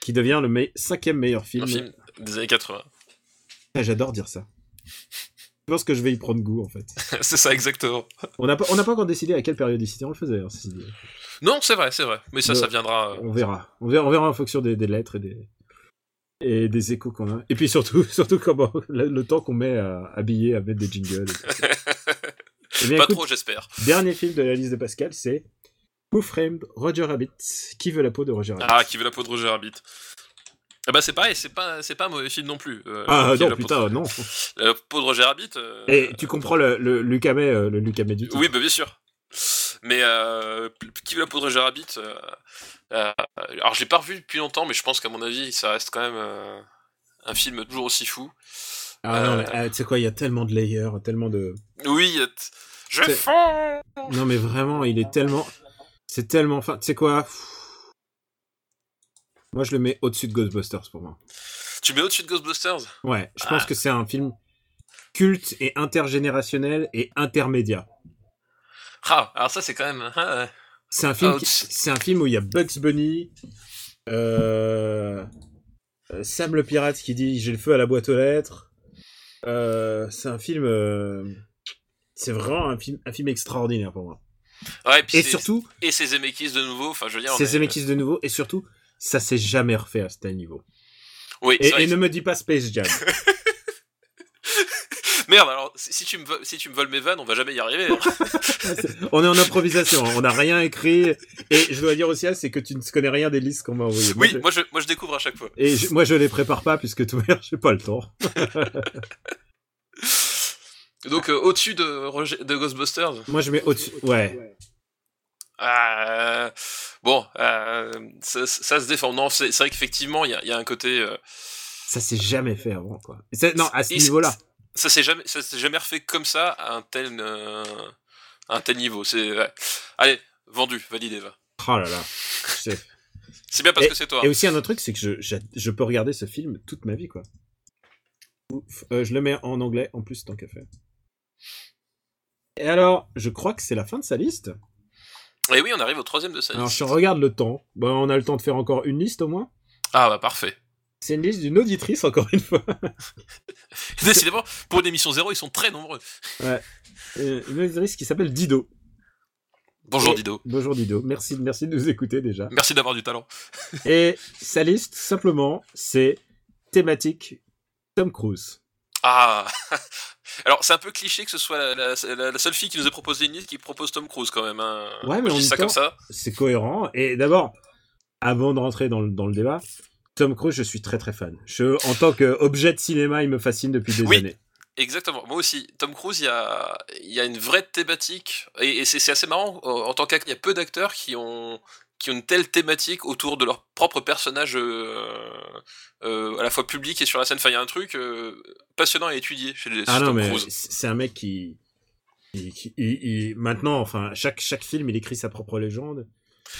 S2: qui devient le me- cinquième meilleur film.
S3: un film des années 80.
S2: Ah, j'adore dire ça. Je pense que je vais y prendre goût en fait.
S3: c'est ça, exactement.
S2: On n'a pas, on n'a pas encore décidé à quelle périodicité on le faisait. hein, ceci dit.
S3: Non, c'est vrai, c'est vrai. Mais ça,
S2: Non.
S3: ça viendra. euh,
S2: On verra. On verra, on verra en fonction des, des lettres et des, et des échos qu'on a. Et puis surtout, surtout comment, le, le temps qu'on met à habiller, à mettre des jingles. et tout. Eh bien,
S3: Pas
S2: écoute,
S3: trop, j'espère.
S2: Dernier film de la liste de Pascal, c'est Who Framed Roger Rabbit Qui veut la peau de Roger Rabbit
S3: Ah, qui veut la peau de Roger Rabbit Ah bah c'est pareil, c'est pas, c'est pas un mauvais film non plus. euh,
S2: Ah,
S3: qui est
S2: non,
S3: la peau de-
S2: putain, non.
S3: La peau de Roger Rabbit. euh,
S2: Et tu comprends le, le Lucamet, euh, le Lucamet du titre.
S3: Oui, bah bien sûr. Mais euh, qui veut la peau de Roger Rabbit euh, euh, Alors, j'ai pas revu depuis longtemps, mais je pense qu'à mon avis, ça reste quand même euh, un film toujours aussi fou.
S2: Ah non,
S3: Euh.
S2: mais, ah, tu sais quoi, il y a tellement de layers, tellement de.
S3: Oui, il y a t- je
S2: C'est-
S3: fonds
S2: Non mais vraiment, il est tellement... C'est tellement fin. Tu sais quoi Pff. Moi je le mets au-dessus de Ghostbusters pour moi.
S3: Tu mets au-dessus de Ghostbusters
S2: Ouais, je pense que c'est un film culte et intergénérationnel et intermédia.
S3: Ah, alors ça, c'est quand même. ah, ouais.
S2: C'est un film,
S3: Ah,
S2: qui-
S3: au-dessus.
S2: c'est un film où il y a Bugs Bunny, euh, euh, Sam le pirate qui dit j'ai le feu à la boîte aux lettres. Euh, c'est un film, euh, c'est vraiment un film, un film extraordinaire pour moi.
S3: Ouais, et, puis
S2: Et
S3: c'est-
S2: surtout,
S3: Et ces Zemeckis de nouveau. Enfin, je veux dire. euh, on
S2: c'est
S3: est-
S2: Zemeckis de nouveau et surtout, ça s'est jamais refait à ce tel niveau.
S3: Oui,
S2: Et,
S3: c'est vrai
S2: et ne me dis pas Space Jam.
S3: Merde, alors si si tu me vo- si tu me voles mes vannes, on va jamais y arriver. hein.
S2: on est en improvisation, hein, on n'a rien écrit. Et je dois dire aussi, Al, c'est que tu ne connais rien des listes qu'on m'a envoyées. Moi,
S3: oui,
S2: je-
S3: moi je, moi je découvre à chaque fois.
S2: Et je- moi, je les prépare pas puisque tout à l'heure, j'ai pas le temps.
S3: Donc euh, au-dessus de, Roger- de Ghostbusters.
S2: Moi, je mets au-dessus. Ouais.
S3: euh, bon, euh, ça, ça se défend. Non, c'est c'est vrai qu'effectivement, il y a, il y a un côté. euh,
S2: Ça s'est jamais fait avant, quoi. Et c'est- Non, à ce
S3: il s-
S2: niveau-là.
S3: ça s'est jamais ça s'est jamais refait comme ça à un tel euh, à un tel niveau. C'est ouais. allez vendu, validé. Va.
S2: Oh là là. C'est-
S3: C'est bien parce que c'est toi.
S2: Et aussi, un autre truc, c'est que je, j'a- je peux regarder ce film toute ma vie, quoi. Ouf. Euh, je le mets en anglais, en plus, tant qu'à faire. Et alors, je crois que c'est la fin de sa liste.
S3: Et oui, on arrive au troisième de ça.
S2: Alors, si on regarde le temps, bah, on a le temps de faire encore une liste au moins.
S3: Ah bah parfait.
S2: C'est une liste d'une auditrice, encore une fois.
S3: Décidément, pour une émission zéro, ils sont très nombreux.
S2: Euh, Une auditrice qui s'appelle Dido.
S3: Bonjour
S2: Et-
S3: Dido.
S2: Bonjour Dido. Merci, merci de nous écouter déjà.
S3: Merci d'avoir du talent.
S2: Et sa liste, simplement, c'est thématique Tom Cruise.
S3: Ah Alors, c'est un peu cliché que ce soit la, la- la- la seule fille qui nous ait proposé une liste qui propose Tom Cruise quand même. hein.
S2: Ouais, mais
S3: Moi, je
S2: en
S3: dis
S2: même
S3: ça
S2: temps-
S3: comme ça.
S2: C'est cohérent. Et d'abord, avant de rentrer dans le, dans le débat, Tom Cruise, je suis très très fan. Je, en tant qu'objet de cinéma, il me fascine depuis des
S3: Oui.
S2: années.
S3: Exactement. Moi aussi, Tom Cruise, il y a, il y a une vraie thématique. Et, et c'est c'est assez marrant, euh, en tant qu'acteur, il y a peu d'acteurs qui ont, qui ont une telle thématique autour de leur propre personnage euh, euh, à la fois public et sur la scène. Enfin, il y a un truc euh, passionnant à étudier chez, les-
S2: Ah
S3: chez
S2: non,
S3: Tom
S2: mais
S3: Cruise.
S2: c'est c'est un mec qui. qui- qui- il- il- maintenant, enfin, chaque, chaque film, il écrit sa propre légende.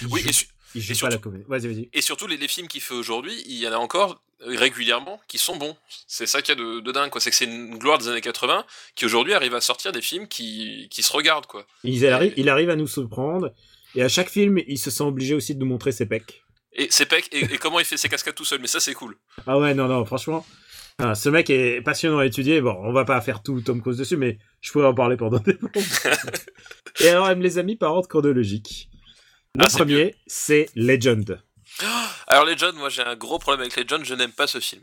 S2: Il
S3: Oui,
S2: joue,
S3: et, su-
S2: il joue
S3: et
S2: pas
S3: surtout-
S2: la comédie. Vas-y, vas-y.
S3: et surtout, les, les films qu'il fait aujourd'hui, il y en a encore euh, régulièrement qui sont bons. C'est ça qu'il y a de, de dingue, quoi. C'est que c'est une gloire des années 80 qui aujourd'hui arrive à sortir des films qui, qui se regardent, quoi.
S2: Il arrive, il arrive à nous surprendre. Et à chaque film, il se sent obligé aussi de nous montrer ses pecs.
S3: Et c'est pec, et, et comment il fait ses cascades tout seul, mais ça, c'est cool.
S2: Ah ouais, non, non, franchement. enfin, ce mec est passionnant à étudier. Bon, on va pas faire tout Tom Cruise dessus, mais je pourrais en parler pendant des moments. Et alors, aime les amis par ordre chronologique. Le
S3: Ah, c'est
S2: premier, c'est Legend.
S3: Alors les John, moi j'ai un gros problème avec les John, je n'aime pas ce film.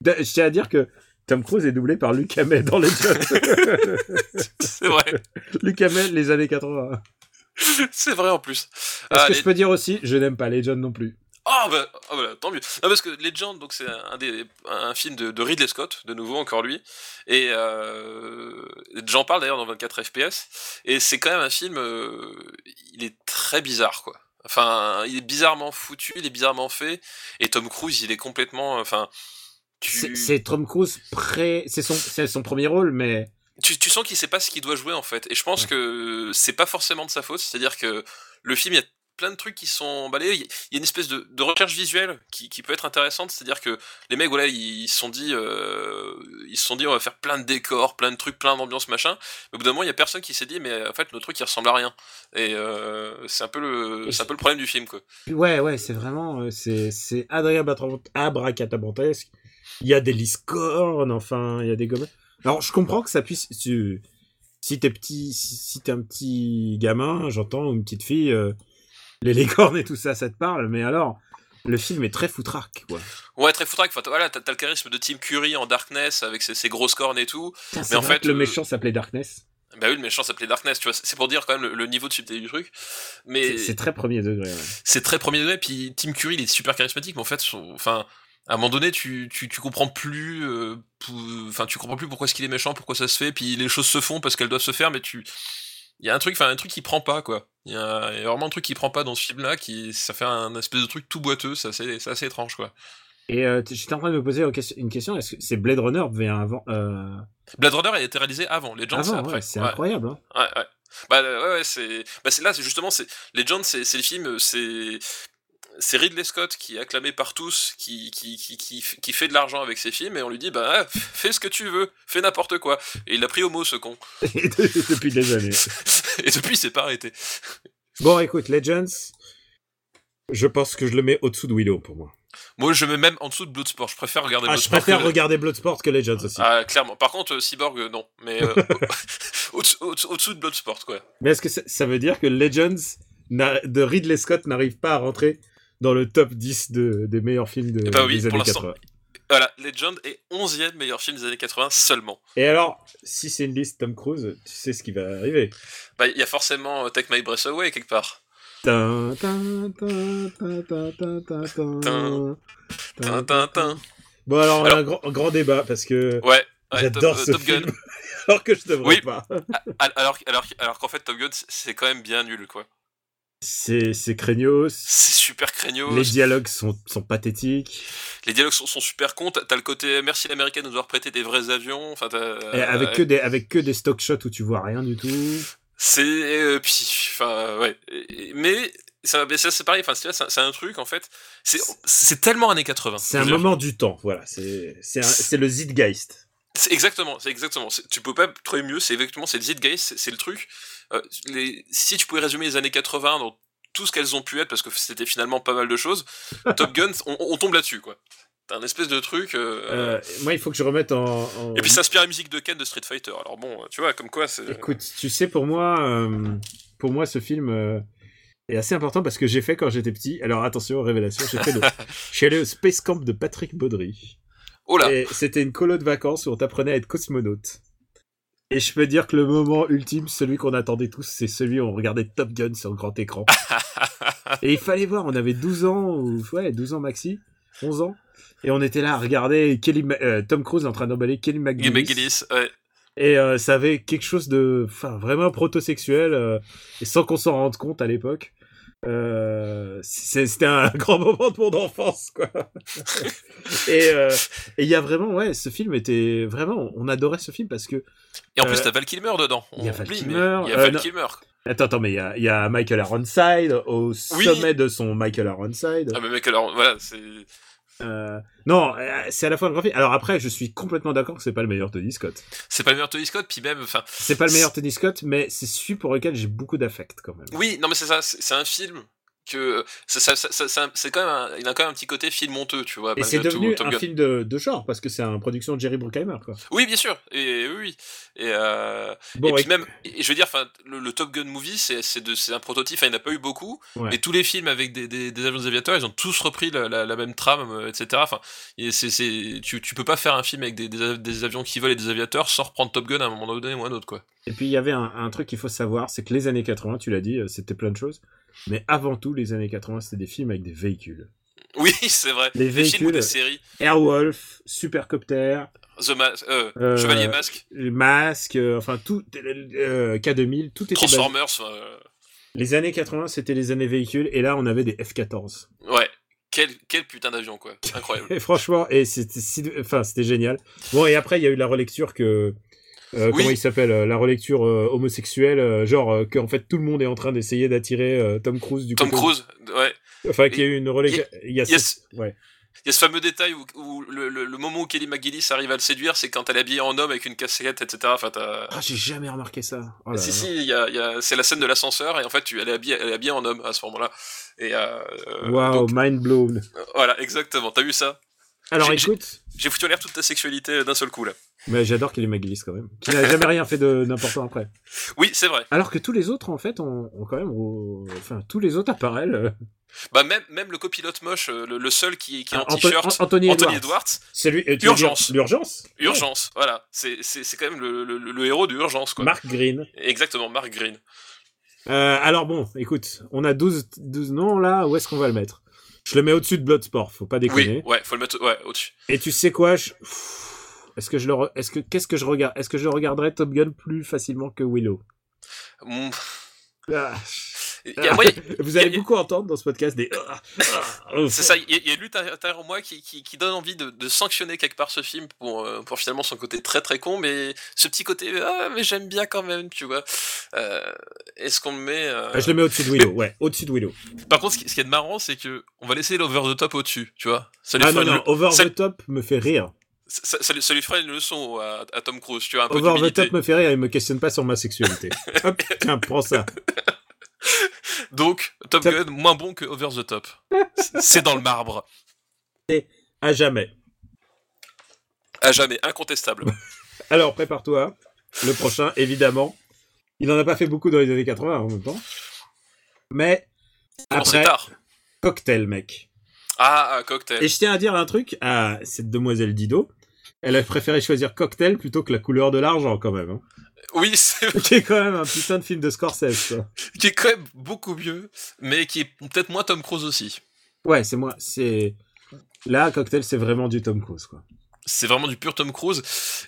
S2: Da- Je tiens à dire que Tom Cruise est doublé par Luc Hamet dans les Jobs.
S3: C'est vrai,
S2: Luc Hamet, les années 80.
S3: c'est vrai en plus.
S2: Est-ce
S3: Ah,
S2: que
S3: les-
S2: je peux dire aussi, je n'aime pas les John non plus.
S3: Ah bah, ah bah, tant mieux. Non, parce que Legend, donc c'est un des un film de, de Ridley Scott, de nouveau encore lui. Et euh, j'en parle d'ailleurs dans 24 FPS. Et c'est quand même un film, euh, il est très bizarre quoi. Enfin, il est bizarrement foutu, il est bizarrement fait. Et Tom Cruise, il est complètement, enfin,
S2: C'est
S3: tu
S2: c'est Tom Cruise pré, c'est son, c'est son premier rôle, mais
S3: tu, tu sens qu'il sait pas ce qu'il doit jouer en fait. Et je pense que c'est pas forcément de sa faute. C'est-à-dire que le film, il y a plein de trucs qui sont emballés. Il y a- il y a une espèce de, de recherche visuelle qui, qui peut être intéressante. C'est-à-dire que les mecs, voilà, ils ils se sont dit, euh, ils se sont dit, on va faire plein de décors, plein de trucs, plein d'ambiance, machin. Mais au bout d'un moment, il y a personne qui s'est dit, mais en fait, le truc, il ressemble à rien. Et euh, c'est un peu le, c'est un peu le problème du film, quoi.
S2: ouais, ouais, c'est vraiment, euh, c'est, c'est Adrien Batra- abracadabantesque. Il y a des liscornes, enfin, il y a des gommes. Alors, je comprends que ça puisse, tu- si t'es petit, si, si t'es un petit gamin, j'entends, ou une petite fille, euh, les licornes et tout ça, ça te parle, mais alors, le film est très foutraque, quoi.
S3: Ouais, très foutraque. Enfin, t- voilà, t'as t'as le charisme de Tim Curry en Darkness avec ses- ses grosses cornes et tout.
S2: mais en fait, le méchant s'appelait Darkness.
S3: Bah oui, le méchant s'appelait Darkness, tu vois. C'est pour dire quand même le, le niveau de subtilité du truc. Mais
S2: C'est- C'est très premier degré. ouais.
S3: c'est très premier degré. Puis Tim Curry, il est super charismatique, mais en fait, son- enfin, à un moment donné, tu, tu, tu comprends plus, euh, pou- enfin, tu comprends plus pourquoi est-ce qu'il est méchant, pourquoi ça se fait. Puis les choses se font parce qu'elles doivent se faire, mais tu, il y a un truc, enfin, un truc qui prend pas, quoi. Il y, a il y a vraiment un truc qui prend pas dans ce film-là, qui, ça fait un espèce de truc tout boiteux. C'est assez, c'est assez étrange, quoi.
S2: Et euh, t- j'étais en train de me poser une question- une question. Est-ce que c'est Blade Runner vient avant euh,
S3: Blade Runner, il a été réalisé avant. Les gens, c'est
S2: Avant,
S3: après.
S2: ouais, c'est
S3: Ouais.
S2: incroyable. hein.
S3: Ouais, ouais. Bah, euh, ouais, ouais, c'est. Bah, c'est là, c'est justement, c'est. Legend, c'est, c'est le film, euh, c'est. C'est Ridley Scott qui est acclamé par tous, qui, qui, qui, qui, f- qui fait de l'argent avec ses films, et on lui dit, bah, ah, fais ce que tu veux, fais n'importe quoi. Et il l'a pris au mot, ce con.
S2: Et de- Depuis des années.
S3: et depuis, il s'est pas arrêté.
S2: Bon, écoute, Legends, je pense que je le mets au-dessous de Willow pour moi.
S3: Moi, je mets même en dessous de Bloodsport, je préfère regarder
S2: Ah, je
S3: Bloodsport.
S2: préfère
S3: que-
S2: regarder Bloodsport que Legends aussi.
S3: Ah, clairement. Par contre, euh, Cyborg, euh, non. Mais euh, au-dessous, au-dessous- au-dessous de Bloodsport, quoi.
S2: Mais est-ce que ça, ça veut dire que Legends n'a- de Ridley Scott n'arrive pas à rentrer dans le top 10 de- des meilleurs films de,
S3: Eh ben oui,
S2: des
S3: pour
S2: années
S3: l'instant.
S2: 80
S3: Voilà, Legend est 11e meilleur film des années 80 seulement.
S2: Et alors, si c'est une liste Tom Cruise, tu sais ce qui va arriver.
S3: Bah, il y a forcément euh, Take My Breath Away quelque part.
S2: Tin, tin, tin, tin, tin, tin, tin, tin.
S3: Tin.
S2: Tin,
S3: Tin, tin, tin.
S2: Bon alors, on a
S3: Alors-
S2: un grand, un grand débat parce que
S3: Ouais. ouais,
S2: j'adore
S3: Top- euh,
S2: ce
S3: Top
S2: film
S3: Gun.
S2: alors que je devrais
S3: Oui.
S2: pas.
S3: Ah, Alors, alors, alors qu'en fait, Top Gun, c'est- c'est quand même bien nul, quoi.
S2: C'est c'est craignos.
S3: C'est super craignos.
S2: Les
S3: Les,
S2: dialogues sont, sont pathétiques.
S3: dialogues sont, sont super cons. T'as t'as le côté euh, merci l'américain de nous avoir prêté des vrais avions. Enfin, t'as-
S2: Et avec
S3: euh,
S2: que des avec que des stock shots où tu vois rien du tout.
S3: C'est euh, puis, enfin, ouais. Et- et- Mais ça, mais ça, c'est pareil. Enfin, c'est là, c'est un- c'est un truc en fait. C'est- C'est tellement années 80.
S2: C'est
S3: Je
S2: un
S3: veux dire.
S2: moment du temps, voilà. C'est c'est un- c'est le zeitgeist.
S3: C'est exactement, c'est exactement. C'est- Tu peux pas trouver mieux. C'est exactement, c'est le zeitgeist, c'est- c'est le truc. Euh, les, si tu pouvais résumer les années 80 dans tout ce qu'elles ont pu être, parce que c'était finalement pas mal de choses, Top Gun, on, on tombe là-dessus, quoi. T'as un espèce de truc. euh,
S2: Euh, moi, il faut que je remette en. en-
S3: Et puis s'inspire la musique de Ken de Street Fighter. Alors bon, tu vois, comme quoi, c'est.
S2: Écoute, tu sais, pour moi, euh, pour moi, ce film euh, est assez important parce que j'ai fait quand j'étais petit. Alors attention, révélation, j'ai fait le- je suis allé au Space Camp de Patrick Baudry.
S3: Oh là,
S2: Et c'était une colo de vacances où on t'apprenait à être cosmonaute. Et je peux dire que le moment ultime, celui qu'on attendait tous, c'est celui où on regardait Top Gun sur le grand écran. et il fallait voir, on avait 12 ans, ou ouais, 12 ans maxi, 11 ans. Et on était là à regarder Kelly Ma- euh, Tom Cruise en train d'emballer Kelly
S3: Guy
S2: McGillis.
S3: McGillis, ouais.
S2: Et euh, ça avait quelque chose de enfin, vraiment protosexuel, euh, et sans qu'on s'en rende compte à l'époque. Euh, c'est- C'était un grand moment de mon enfance, quoi. et euh, et il y a vraiment, ouais, ce film était vraiment, on adorait ce film parce que.
S3: Et en plus,
S2: Euh,
S3: t'as Val Kilmer dedans.
S2: il y a Val
S3: oublie,
S2: Kilmer,
S3: mais Il y a
S2: euh,
S3: Val
S2: non.
S3: Kilmer.
S2: Attends, attends, mais il y a, il y a Michael Aronside au sommet de son Michael Aronside.
S3: Ah, mais mec, alors voilà, c'est.
S2: Euh, non, euh, c'est à la fois le grand film. Alors après, je suis complètement d'accord que c'est pas le meilleur Tony Scott.
S3: C'est pas le meilleur Tony Scott, puis même, enfin,
S2: C'est pas le meilleur Tony Scott, mais c'est celui pour lequel j'ai beaucoup d'affect quand même.
S3: Oui, non mais c'est ça, c'est c'est un film que c'est ça- ça- ça- ça- c'est quand même un- il a quand même un petit côté film honteux, tu vois.
S2: Et
S3: malgré
S2: c'est devenu
S3: tout, Top
S2: un
S3: Gun.
S2: film de, de genre, parce que c'est une production de Jerry Bruckheimer, quoi.
S3: Oui, bien sûr. Et oui, oui. Et, euh,
S2: Bon,
S3: et puis
S2: ouais.
S3: même, et je veux dire, enfin, le, le Top Gun movie, c'est c'est de- c'est un prototype. Enfin, il n'y en a pas eu beaucoup.
S2: Ouais.
S3: Mais tous les films avec des, des, des avions des aviateurs, ils ont tous repris la, la- la même trame, euh, etc. Enfin, et c'est c'est- tu, tu peux pas faire un film avec des, des, av- des avions qui volent et des aviateurs sans reprendre Top Gun à un moment donné ou à un autre, quoi.
S2: Et puis il y avait un, un truc qu'il faut savoir, c'est que les années 80, tu l'as dit, euh, c'était plein de choses, mais avant tout, les années 80, c'était des films avec des véhicules.
S3: Oui, c'est vrai.
S2: Les
S3: Des films ou
S2: véhicules,
S3: des séries.
S2: Airwolf, Supercopter,
S3: The Mas- euh,
S2: Euh,
S3: Chevalier Masque,
S2: Masque, euh, enfin tout, euh, K2000, tout était... basé-
S3: Transformers. enfin, euh,
S2: Les années 80, c'était les années véhicules, et là, on avait des F-14.
S3: ouais. Quel, quel putain d'avion, quoi. Incroyable.
S2: Et franchement, et c'était, si- enfin, c'était génial. Bon, et après, il y a eu la relecture que. euh,
S3: Oui.
S2: Comment il s'appelle euh, La relecture euh, homosexuelle, euh, genre euh, que en fait tout le monde est en train d'essayer d'attirer euh, Tom Cruise du
S3: Tom
S2: côté-
S3: Cruise, ouais.
S2: Enfin, qu'il y a eu une relecture. Il y a,
S3: Yes.
S2: ce- ouais.
S3: Il y a ce fameux détail où, où le, le- le moment où Kelly McGillis arrive à le séduire, c'est quand elle est habillée en homme avec une casquette, etc. Enfin, t'as-
S2: Ah, j'ai jamais remarqué ça. Oh là
S3: si,
S2: là.
S3: si, il y a- il y a- c'est la scène de l'ascenseur, et en fait, tu, elle, est habillée, elle est habillée en homme à ce moment-là. Et euh, euh,
S2: Wow,
S3: donc,
S2: mind blown.
S3: euh, voilà, exactement, t'as vu ça
S2: Alors
S3: j'ai-
S2: écoute,
S3: J'ai foutu en l'air toute ta sexualité euh, d'un seul coup, là.
S2: mais j'adore qu'il est McGillis quand même. Qu'il n'a jamais rien fait de n'importe après.
S3: Oui, c'est vrai.
S2: Alors que tous les autres, en fait, ont, ont quand même. re- Enfin, tous les autres appareils. euh,
S3: Bah, même, même le copilote moche, euh, le, le seul qui, qui est en
S2: Anto-
S3: t-shirt,
S2: An- Ah, Anthony,
S3: Anthony
S2: Edwards.
S3: Edwards,
S2: C'est lui. et tu veux dire
S3: Urgence.
S2: L'urgence.
S3: Urgence, voilà. C'est- C'est c'est quand même le, le- le- le héros de Urgence, quoi.
S2: Mark Green.
S3: Exactement, Mark Green.
S2: Euh, alors bon, écoute, on a 12, 12 noms là, où est-ce qu'on va le mettre Je le mets au-dessus de Bloodsport, faut pas déconner.
S3: Oui, ouais, faut le mettre ouais, au-dessus.
S2: Et tu sais quoi je- Pfff. Est-ce que je le, re- est-ce que qu'est-ce que je regarde Est-ce que je regarderais Top Gun plus facilement que Willow
S3: Mm.
S2: Ah.
S3: Il y a- moi, il y a-
S2: Vous allez
S3: y a-
S2: beaucoup entendre dans ce podcast des. Ah, ah,
S3: C'est ça, il y a- il y a une lutte intérieure en moi qui, qui, qui donne envie de, de sanctionner quelque part ce film pour, euh, pour finalement son côté très très con, mais ce petit côté, ah, mais j'aime bien quand même, tu vois. Euh, Est-ce qu'on le met. euh,
S2: Ah, Je le mets au-dessus de Willow, ouais, au-dessus de Willow.
S3: Par contre, ce qui, ce qui est de marrant, c'est que on va laisser l'over the top au-dessus, tu vois. Ça lui,
S2: Ah
S3: fera
S2: non,
S3: une,
S2: non, Over
S3: ça-
S2: the Top me fait rire.
S3: ça, ça lui- ça lui fera une leçon à, à Tom Cruise, tu vois, un peu
S2: Over the
S3: d'humilité.
S2: Top me fait rire et me questionne pas sur ma sexualité. Hop, tiens, prends ça.
S3: Donc, Top
S2: Top-
S3: Gun, moins bon que Over the Top. C'est- C'est dans le marbre.
S2: À jamais.
S3: À jamais, incontestable.
S2: Alors, prépare-toi. Le prochain, évidemment. Il n'en a pas fait beaucoup dans les années 80 en même temps. Mais
S3: Bon, c'est
S2: après,
S3: tard.
S2: cocktail, mec.
S3: Ah, ah, cocktail.
S2: Et je tiens à dire un truc à cette demoiselle Dido. Elle a préféré choisir cocktail plutôt que la couleur de l'argent, quand même. hein.
S3: Oui, c'est
S2: Qui est quand même un putain de film de Scorsese. quoi.
S3: qui est quand même beaucoup mieux, mais qui est peut-être moins Tom Cruise aussi.
S2: Ouais, c'est moi. C'est là, cocktail, c'est vraiment du Tom Cruise, quoi.
S3: C'est vraiment du pur Tom Cruise.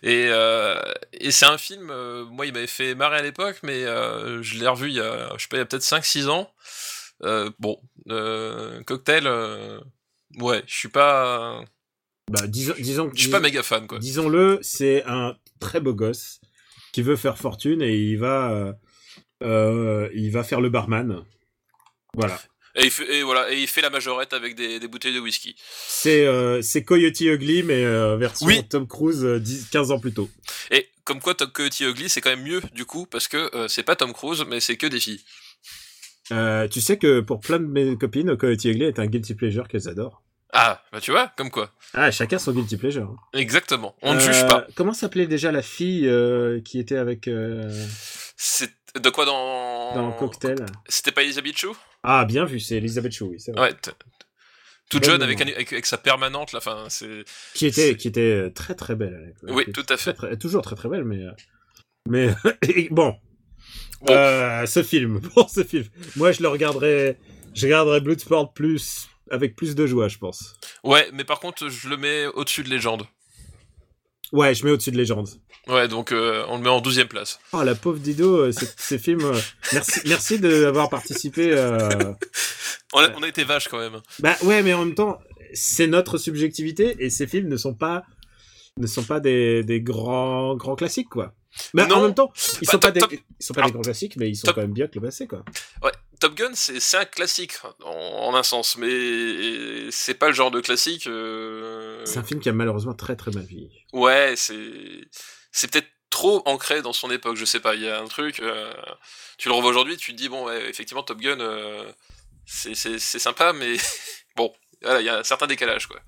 S3: Et, euh, et c'est un film, euh, moi, il m'avait fait marrer à l'époque, mais euh, je l'ai revu il y a, je sais pas, il y a peut-être 5-6 ans. Euh, bon, euh, Cocktail, euh, ouais, je suis pas,
S2: Bah, disons, disons,
S3: je suis pas
S2: disons-
S3: méga fan, quoi.
S2: Disons-le, c'est un très beau gosse qui veut faire fortune et il va, euh, euh, il va faire le barman. Voilà.
S3: Et il fait, et voilà, et il fait la majorette avec des, des bouteilles de whisky.
S2: C'est euh, c'est Coyote Ugly, mais euh, version
S3: Oui.
S2: Tom Cruise euh, 10, 15 ans plus tôt.
S3: Et comme quoi, Tom Coyote Ugly, c'est quand même mieux, du coup, parce que euh, c'est pas Tom Cruise, mais c'est que des filles.
S2: Euh, tu sais que pour plein de mes copines, Coyote Ugly est un guilty pleasure qu'elles adorent.
S3: Ah, bah tu vois, comme quoi.
S2: Ah, chacun son guilty pleasure. hein.
S3: Exactement. On ne
S2: Euh,
S3: juge pas.
S2: Comment s'appelait déjà la fille euh, qui était avec euh,
S3: C'est de quoi dans.
S2: dans Cocktail
S3: C'était pas Elisabeth Chou
S2: Ah, bien vu, c'est Elisabeth Chou, oui, c'est vrai.
S3: Ouais. t- Toute
S2: Bonne
S3: jeune avec,
S2: mémoire.
S3: un- avec, avec sa permanente, là. Enfin, c'est.
S2: Qui
S3: C'est-
S2: était, qui était euh, très très belle. à l'époque.
S3: Oui,
S2: Qui était
S3: tout à
S2: très,
S3: fait.
S2: très- toujours très très belle, mais. euh, Mais et bon.
S3: Bon.
S2: Euh, ce film. Bon, ce film. Moi, je le regarderai. Je regarderai Bloodsport plus. Avec plus de joie, je pense.
S3: Ouais, mais par contre, je le mets au-dessus de Légende.
S2: Ouais, je mets au-dessus de Légende.
S3: Ouais, donc euh, on le met en 12 place.
S2: Oh, la pauvre Dido, euh, ces, ces films. euh, merci merci d'avoir participé. euh,
S3: On a,
S2: Ouais.
S3: on a été vache quand même.
S2: Bah ouais, mais en même temps, c'est notre subjectivité et ces films ne sont pas ne sont pas des, des grands grands classiques quoi. Mais
S3: Non.
S2: en même temps, ils
S3: Bah,
S2: sont pas
S3: top-
S2: des
S3: top-
S2: ils sont pas
S3: Alors,
S2: des grands classiques, mais ils sont
S3: top-
S2: quand même bien classés quoi.
S3: Top Gun, c'est c'est un classique, en, en un sens, mais c'est pas le genre de classique. euh,
S2: C'est un film qui a malheureusement très très mal vieilli.
S3: Ouais, c'est c'est peut-être trop ancré dans son époque, je sais pas, il y a un truc euh, tu le revois aujourd'hui, tu te dis bon ouais, effectivement Top Gun euh, c'est c'est- c'est sympa, mais bon, voilà, il y a un certain décalage, quoi.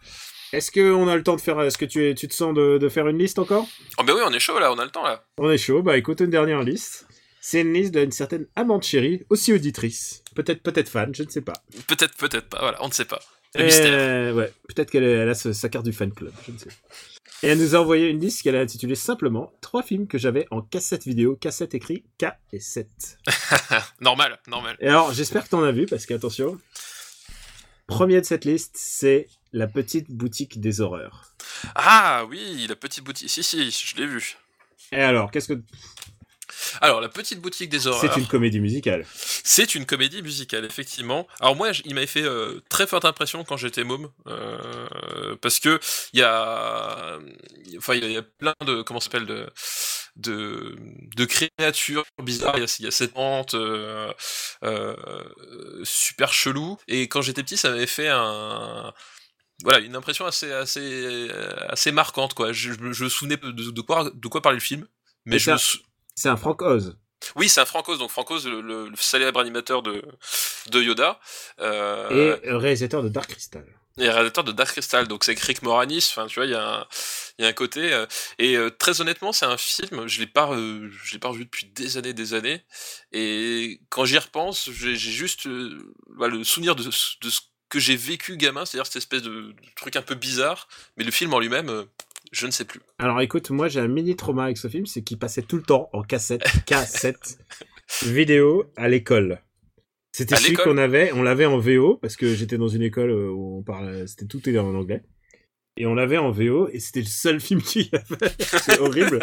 S2: Est-ce qu'on a le temps de faire. Est-ce que tu, es- tu te sens de, de faire une liste encore
S3: Oh, ben oui, on est chaud, là, on a le temps, là.
S2: On est chaud. Bah écoute, une dernière liste. C'est une liste d'une certaine Amande Chérie, aussi auditrice. Peut-être peut-être fan, je ne sais pas.
S3: Peut-être, peut-être pas, voilà, on ne sait pas. Le mystère.
S2: Euh, ouais, peut-être qu'elle elle a ce- sa carte du fan club, je ne sais pas. Et elle nous a envoyé une liste qu'elle a intitulée simplement Trois films que j'avais en cassette vidéo, cassette écrit K et 7.
S3: Normal, normal.
S2: Et alors, j'espère que t'en as vu, parce que, attention, premier de cette liste, c'est La Petite Boutique des Horreurs.
S3: Ah oui, la petite boutique. Si, si, je l'ai vu.
S2: Et alors, qu'est-ce que.
S3: Alors, la petite boutique des horreurs.
S2: C'est une comédie musicale.
S3: C'est une comédie musicale, effectivement. Alors moi, j- il m'avait fait euh, très forte impression quand j'étais môme, euh, parce que il y a, enfin, il y a- il y a plein de, comment ça s'appelle, de, de, de créatures bizarres. Il y a, il y a cette pente euh, euh, super chelou. Et quand j'étais petit, ça m'avait fait un voilà, une impression assez, assez, assez marquante, quoi. Je, je me- je me souvenais de, de quoi, de quoi parlait le film, mais
S2: Et
S3: je
S2: ça-
S3: me sou-
S2: C'est un Frank Oz.
S3: oui, c'est un Francoz, donc Francoz, le, le, le célèbre animateur de, de Yoda,
S2: Et
S3: euh,
S2: réalisateur de Dark Crystal.
S3: et... réalisateur de Dark Crystal, donc c'est avec Rick Moranis, enfin tu vois, il y, a un- il y a un côté... euh, et euh, très honnêtement, c'est un film, je l'ai pas, euh, je l'ai pas revu depuis des années, des années, et quand j'y repense, j'ai j'ai juste euh, bah, le souvenir de, ce- de ce que j'ai vécu gamin, c'est-à-dire cette espèce de, de truc un peu bizarre, mais le film en lui-même, euh, je ne sais plus.
S2: Alors écoute, moi j'ai un mini trauma avec ce film, c'est qu'il passait tout le temps en cassette, cassette vidéo à l'école. C'était
S3: À
S2: celui
S3: l'école
S2: qu'on avait, on l'avait en VO parce que j'étais dans une école euh, où on parlait, c'était tout était en anglais. Et on l'avait en VO et c'était le seul film qu'il y avait. C'est horrible.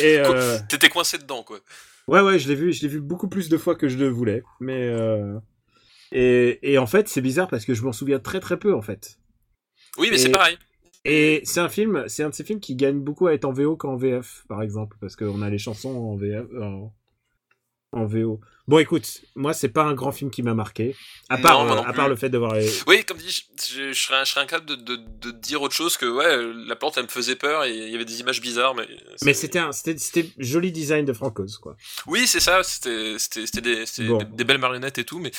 S2: Et euh,
S3: T'étais coincé dedans, quoi.
S2: ouais ouais, je l'ai vu, je l'ai vu beaucoup plus de fois que je le voulais, mais euh, et, et en fait, c'est bizarre parce que je m'en souviens très très peu en fait.
S3: Oui, mais
S2: Et-
S3: c'est pareil.
S2: Et c'est un film, c'est un de ces films qui gagne beaucoup à être en VO qu'en VF, par exemple, parce qu'on a les chansons en VF, en, en VO. Bon, écoute, moi, c'est pas un grand film qui m'a marqué, à part,
S3: Non, moi
S2: euh,
S3: non
S2: à
S3: plus.
S2: part le fait d'avoir. les-
S3: Oui, comme dit, je, je- je serais, je serais incapable de, de, de dire autre chose que ouais, euh, la plante elle me faisait peur et il y avait des images bizarres, mais.
S2: Mais c'était un, c'était, c'était joli design de Francoz, quoi.
S3: Oui, c'est ça. C'était, c'était, c'était des, c'était
S2: Bon.
S3: des- des belles marionnettes et tout, mais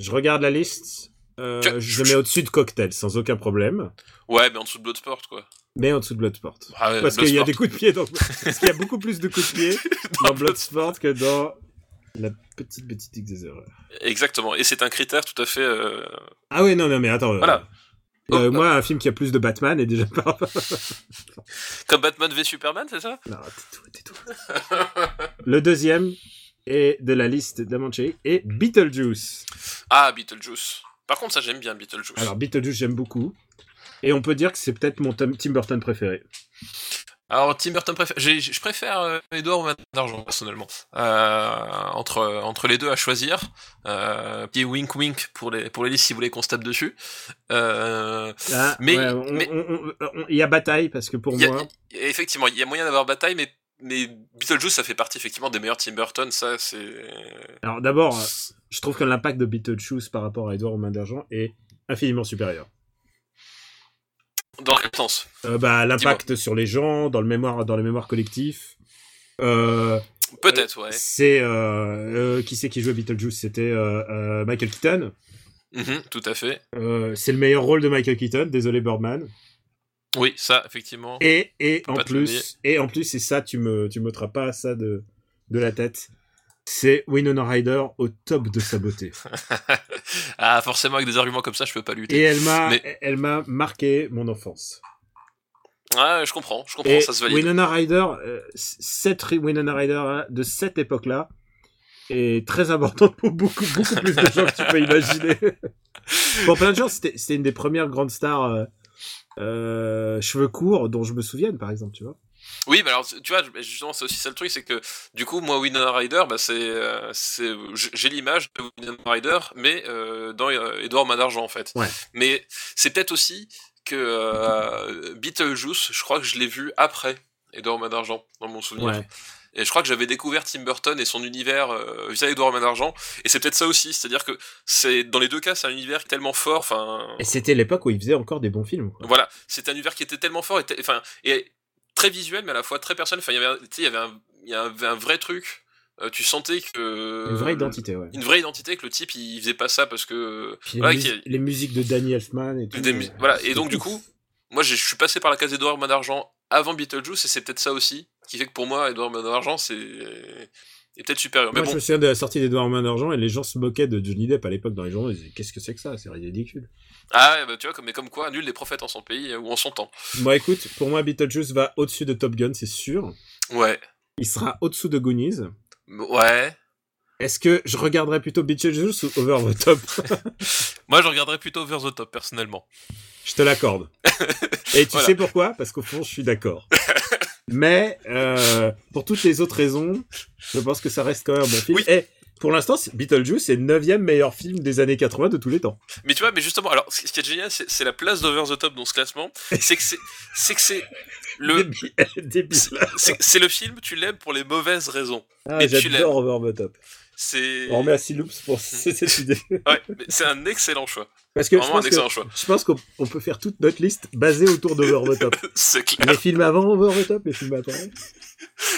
S2: Je regarde la liste, euh,
S3: Que-
S2: je le mets au-dessus de Cocktail, sans aucun problème,
S3: ouais, mais en dessous de Bloodsport quoi.
S2: mais en dessous de Bloodsport.
S3: Ah ouais,
S2: Parce qu'il y a
S3: Bloodsport.
S2: des coups de pied dans, parce qu'il y a beaucoup plus de coups de pied dans Bloodsport que dans la petite petite X des erreurs.
S3: Exactement. Et c'est un critère tout à fait. euh,
S2: Ah ouais, non, non, mais attends. euh,
S3: Voilà.
S2: Euh,
S3: Oh,
S2: moi, un film qui a plus de Batman est déjà pas.
S3: Comme Batman v Superman, c'est ça
S2: non, tais-toi, tais-toi. Le deuxième est de la liste d'Amanche et Beetlejuice.
S3: Ah, Beetlejuice. Par contre, ça j'aime bien Beetlejuice.
S2: Alors, Beetlejuice, j'aime beaucoup. Et on peut dire que c'est peut-être mon Tom- Tim Burton préféré.
S3: Alors, Tim Burton préfère. j'ai- Je préfère euh, Edouard ou Main d'argent personnellement. Euh, entre entre les deux à choisir. Euh, petit wink wink pour les pour les listes si vous voulez qu'on se tape dessus. Euh,
S2: Là,
S3: Mais-
S2: ouais, on-
S3: mais-
S2: on- on- on- il y a bataille parce que pour
S3: Il y a-
S2: moi,
S3: Effectivement, il y a moyen d'avoir bataille, mais, mais Beetlejuice, ça fait partie effectivement des meilleurs Tim Burton, ça c'est.
S2: alors d'abord, euh, je trouve que l'impact de Beetlejuice par rapport à Edouard aux mains d'argent est infiniment supérieur.
S3: Dans quel sens
S2: Euh, bah, l'impact sur les gens, dans le mémoire, dans le mémoire collectif. Euh,
S3: Peut-être, ouais.
S2: C'est euh, euh, qui c'est qui jouait Beetlejuice C'était euh, euh, Michael Keaton.
S3: Mhm, tout à fait.
S2: Euh, c'est le meilleur rôle de Michael Keaton. Désolé Birdman.
S3: Oui, ça, effectivement.
S2: Et et en
S3: Pas de
S2: plus et en plus et ça tu me tu m'ôteras pas ça de de la tête. C'est Winona Ryder au top de sa beauté.
S3: ah, forcément, avec des arguments comme ça, je peux pas
S2: Et
S3: lutter.
S2: elle m'a
S3: Mais-
S2: elle m'a marqué mon enfance.
S3: Ah, je comprends, je comprends,
S2: Et
S3: ça se valide.
S2: Winona Ryder, euh, cette ri- Winona Ryder hein, de cette époque-là est très importante pour beaucoup, beaucoup plus de gens que tu peux imaginer. pour plein de gens, c'était c'était une des premières grandes stars euh, euh, cheveux courts dont je me souvienne, par exemple, tu vois.
S3: Oui, mais alors, tu vois, justement, c'est aussi ça le truc, c'est que du coup, moi, Winona Ryder, bah, c'est. euh, c'est- j- J'ai l'image de Winona Ryder, mais euh, dans euh, Edouard Main d'Argent, en fait.
S2: Ouais.
S3: Mais c'est peut-être aussi que euh, Beetlejuice, je crois que je l'ai vu après Edouard Main d'Argent, dans mon souvenir. Et je crois que j'avais découvert Tim Burton et son univers euh, via Edouard Main d'Argent. Et c'est peut-être ça aussi, c'est-à-dire que c'est dans les deux cas, c'est un univers tellement fort. Enfin,
S2: Et c'était l'époque où il faisait encore des bons films. quoi.
S3: voilà, c'est un univers qui était tellement fort et, te- enfin, et très visuel, mais à la fois très personnel. Enfin, il y avait, un- tu sais, il y avait un, il y avait un vrai truc euh, tu sentais que. euh,
S2: Une vraie identité, ouais.
S3: Une vraie identité, que le type, il faisait pas ça parce que. euh,
S2: Puis les,
S3: voilà,
S2: mus-
S3: qu'il y a-
S2: les musiques de Danny Elfman et tout.
S3: des mu- voilà, et donc du
S2: Ouf.
S3: coup, moi j'ai- je suis passé par la case Edouard Main d'Argent avant Beetlejuice, et c'est peut-être ça aussi qui fait que pour moi, Edouard Main d'Argent, c'est. est peut-être supérieur. Mais
S2: Moi, je
S3: bon,
S2: me souviens de la sortie d'Edouard Main d'Argent et les gens se moquaient de Johnny Depp à l'époque dans les journaux. Ils disaient Qu'est-ce que c'est que ça C'est ridicule.
S3: ah, ouais, bah, tu vois, comme, mais comme quoi, nul des prophètes en son pays euh, ou en son temps.
S2: Bon, écoute, pour moi, Beetlejuice va au-dessus de Top Gun, c'est sûr.
S3: Ouais.
S2: Il sera au-dessous de Goonies.
S3: Ouais.
S2: Est-ce que je regarderais plutôt Beetlejuice ou Over the Top
S3: Moi, je regarderais plutôt Over the Top, personnellement.
S2: Je te l'accorde. Et tu
S3: Voilà.
S2: sais pourquoi Parce qu'au fond, je suis d'accord. Mais euh, pour toutes les autres raisons, je pense que ça reste quand même un bon film.
S3: Oui.
S2: Et pour l'instant, c'est- Beetlejuice est le neuvième meilleur film des années 80 de tous les temps.
S3: Mais tu vois, mais justement, alors, ce ce qui est génial, c'est c'est la place d'Over the Top dans ce classement. C'est que c'est- c'est que c'est le,
S2: Débile. Débile.
S3: c'est c'est le film, tu l'aimes pour les mauvaises raisons.
S2: Ah,
S3: mais tu
S2: J'adore Over the Top.
S3: C'est
S2: On remet à Siloups pour cette idée.
S3: ouais, mais c'est un excellent choix.
S2: Parce que je
S3: Vraiment un
S2: pense, que-
S3: excellent choix.
S2: je pense qu'on on peut faire toute notre liste basée autour d'Over the Top.
S3: C'est clair.
S2: les films avant Over the Top, les films après.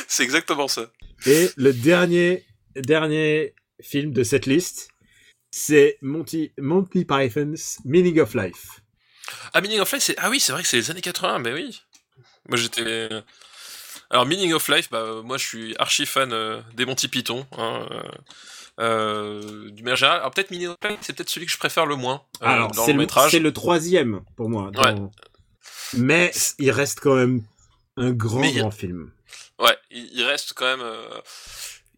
S3: C'est exactement ça.
S2: Et le dernier, dernier film de cette liste, c'est Monty, Monty Python's Meaning of Life.
S3: Ah, Meaning of Life, c'est. Ah oui, c'est vrai que c'est les années 80, mais oui. Moi, j'étais. Alors, Meaning of Life, bah, euh, moi, je suis archi fan euh, des Monty Python. Hein, euh, euh, du manière générale. Alors, peut-être Meaning of Life, c'est peut-être celui que je préfère le moins euh,
S2: Alors,
S3: dans
S2: c'est
S3: le
S2: le,
S3: métrage.
S2: c'est le troisième pour moi. dans- Mais il reste quand même un grand,
S3: Mais il y a-
S2: grand film.
S3: Ouais, il, il reste quand même. euh,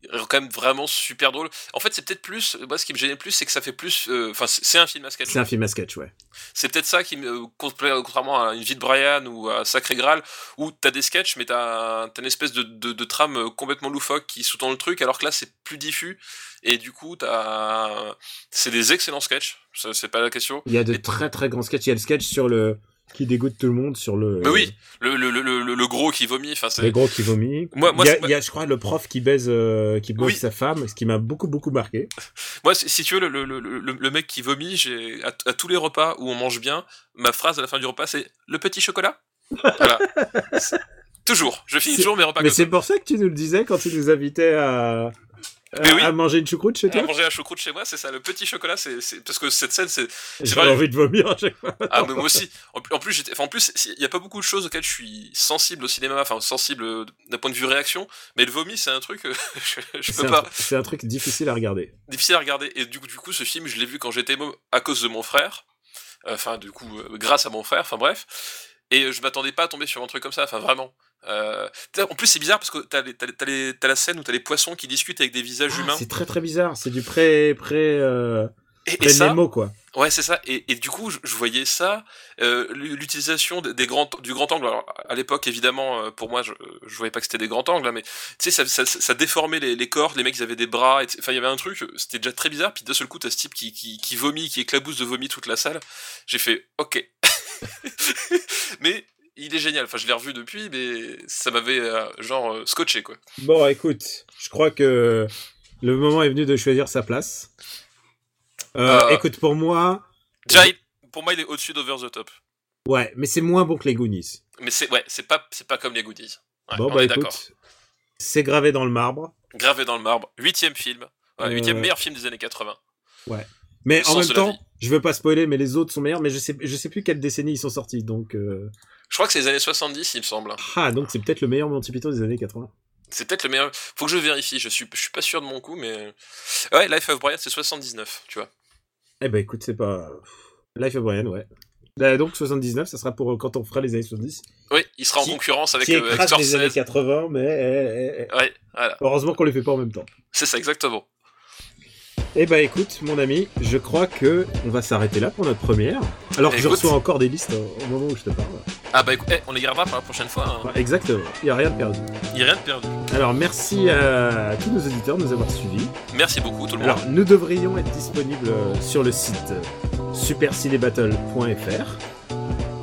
S3: il reste quand même vraiment super drôle. En fait, c'est peut-être plus. Moi, ce qui me gênait plus, c'est que ça fait plus. euh, Enfin, c'est c'est un film à sketch.
S2: C'est un film à sketch, ouais.
S3: C'est peut-être ça qui me complè- contrairement à une vie de Brian ou à Sacré Graal où t'as des sketchs mais t'as un- t'as une espèce de, de, de trame euh, complètement loufoque qui sous-tend le truc alors que là c'est plus diffus et du coup t'as c'est des excellents sketchs ça, c'est pas la question
S2: Il y a de
S3: Et-
S2: très, très grands sketchs. Il y a le sketch sur le qui dégoûte tout le monde, sur le
S3: mais oui le, le, le, le, le gros qui vomit enfin
S2: les
S3: c'est
S2: gros qui vomit.
S3: Moi- moi,
S2: il, y
S3: c'est
S2: a,
S3: pas-
S2: il y a, je crois, le prof qui baise, euh, qui baise
S3: Oui.
S2: sa femme, ce qui m'a beaucoup, beaucoup marqué.
S3: moi si si tu veux le, le, le, le- le mec qui vomit j'ai à, à tous les repas où on mange bien ma phrase à la fin du repas c'est le petit chocolat voilà C'est- toujours je finis
S2: C'est-
S3: toujours mes repas
S2: Mais
S3: comme ça
S2: c'est pour ça que tu nous le disais quand tu nous invitais à,
S3: Mais
S2: à-
S3: oui. Ah,
S2: à manger une choucroute chez
S3: à
S2: toi.
S3: manger la choucroute chez moi, c'est ça, le petit chocolat, c'est c'est- parce que cette scène, c'est
S2: J'ai
S3: vrai.
S2: envie de vomir à chaque fois.
S3: ah mais moi aussi. En plus, en plus, j'étais- enfin, en plus, il y a pas beaucoup de choses auxquelles je suis sensible au cinéma, enfin sensible euh, d'un point de vue réaction, mais le vomi, c'est un truc, euh, je, je
S2: C'est
S3: peux
S2: un,
S3: pas,
S2: tru- c'est un truc difficile à regarder.
S3: difficile à regarder. Et du coup, du coup, ce film, je l'ai vu quand j'étais môme à cause de mon frère, enfin du coup, euh, grâce à mon frère, enfin bref. Et euh, je m'attendais pas à tomber sur un truc comme ça, enfin vraiment. Euh, t'as- en plus, c'est bizarre parce que t'as les- t'as les- t'as les- t'as la scène où t'as les poissons qui discutent avec des visages
S2: Ah,
S3: humains.
S2: c'est très très bizarre. C'est du pré pré euh,
S3: Et, et
S2: pré
S3: ça,
S2: Nemo quoi.
S3: Ouais, c'est ça. Et, et du coup, je, je voyais ça, euh, l- l'utilisation des, des grands, du grand angle. Alors, à l'époque, évidemment, euh, pour moi, je, je voyais pas que c'était des grands angles, hein, mais tu sais, ça, ça, ça déformait les, les corps. Les mecs, ils avaient des bras. et t- Enfin, il y avait un truc. C'était déjà très bizarre. Puis d'un seul coup, t'as ce type qui, qui, qui vomit, qui éclabousse de vomi toute la salle. J'ai fait OK. mais il est génial. Enfin, je l'ai revu depuis, mais ça m'avait euh, genre euh, scotché quoi.
S2: Bon, écoute, je crois que le moment est venu de choisir sa place. Euh,
S3: Euh.
S2: Écoute, pour moi,
S3: Déjà, il- pour moi, il est au-dessus d'Over the Top.
S2: ouais, mais c'est moins bon que les Goonies.
S3: Mais c'est ouais, c'est pas c'est pas comme les goodies. Ouais,
S2: bon,
S3: on
S2: bah
S3: est d'accord.
S2: écoute, c'est gravé dans le marbre.
S3: gravé dans le marbre. Huitième film. Voilà,
S2: Euh,
S3: Huitième
S2: ouais.
S3: meilleur film des années 80.
S2: Mais
S3: Le
S2: en
S3: sens
S2: même
S3: de la
S2: temps,
S3: vie.
S2: je veux pas spoiler, mais les autres sont meilleurs. Mais je sais, je sais plus quelle décennie ils sont sortis. Donc, euh,
S3: Je crois que c'est les années 70, il me semble.
S2: ah, donc c'est peut-être le meilleur Monty Python des années 80.
S3: C'est peut-être le meilleur. Faut que je vérifie. Je suis, je suis pas sûr de mon coup, mais ouais, Life of Brian, c'est 79, tu vois.
S2: Eh ben écoute, c'est pas. Life of Brian, ouais. Là, donc 79, ça sera pour euh, quand on fera les années 70.
S3: Oui, il sera en
S2: Qui-
S3: concurrence avec,
S2: qui
S3: euh, avec
S2: écrase les années
S3: Scorsese.
S2: 80, mais. eh, eh, eh.
S3: Ouais, voilà,
S2: Heureusement qu'on les fait pas en même temps.
S3: c'est ça exactement.
S2: Eh ben écoute, mon ami, je crois que on va s'arrêter là pour notre première. Alors que je
S3: Écoute.
S2: reçois encore des listes euh, au, au moment où je te parle.
S3: Ah bah écoute, eh, on les gardera pour la prochaine fois. hein.
S2: Ouais, exactement, il n'y a rien de perdu.
S3: Il n'y a rien de perdu.
S2: Alors merci à tous nos auditeurs de nous avoir suivis.
S3: Merci beaucoup tout le monde.
S2: Alors, nous devrions être disponibles euh, sur le site euh, supercinébattle.fr.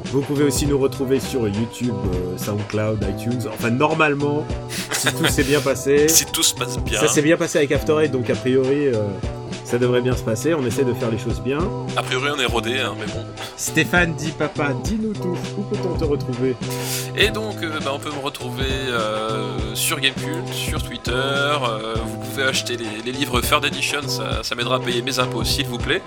S2: Vous pouvez aussi nous retrouver sur YouTube, euh, SoundCloud, iTunes. Enfin, normalement, si hein. tout s'est bien passé.
S3: Si tout se passe bien.
S2: Ça s'est bien passé avec After Eight, donc a priori, euh, Ça devrait bien se passer, on essaie de faire les choses bien.
S3: A priori, on est rodé, hein, mais bon.
S2: Stéphane dit papa, dis-nous tout, où peut-on te retrouver
S3: Et donc, euh, bah, on peut me retrouver euh, sur Gamecult, sur Twitter. euh, vous pouvez acheter les, les livres Third Edition, ça, ça m'aidera à payer mes impôts, s'il vous plaît.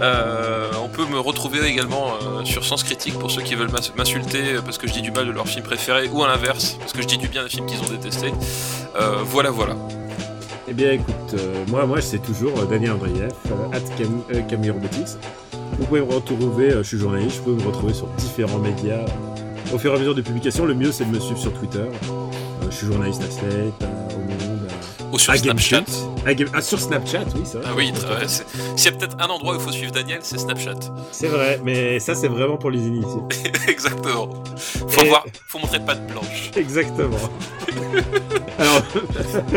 S3: Euh, on peut me retrouver également euh, sur Sens Critique pour ceux qui veulent m'as- m'insulter parce que je dis du mal de leur film préféré ou à l'inverse, parce que je dis du bien des films qu'ils ont détestés. Euh, voilà, voilà.
S2: Eh bien, écoute, euh, moi, moi, c'est toujours euh, Daniel Andreev, euh, at Cam- euh, Camille Robotics. Vous pouvez me retrouver, euh, je suis journaliste, vous pouvez me retrouver sur différents médias euh, au fur et à mesure des publications. Le mieux, c'est de me suivre sur Twitter. Euh, je suis journaliste à Slate, à- au Monde, à-
S3: Ou sur
S2: à
S3: Snapchat.
S2: Gamecult. À Game- ah, sur Snapchat, oui, c'est vrai.
S3: Ah oui, très- ouais, c'est- s'il y a peut-être un endroit où il faut suivre Daniel, c'est Snapchat.
S2: C'est vrai, mais ça, c'est vraiment pour les initiés.
S3: Exactement. Faut,
S2: Et-
S3: voir, faut montrer pas de blanche.
S2: Exactement. Alors,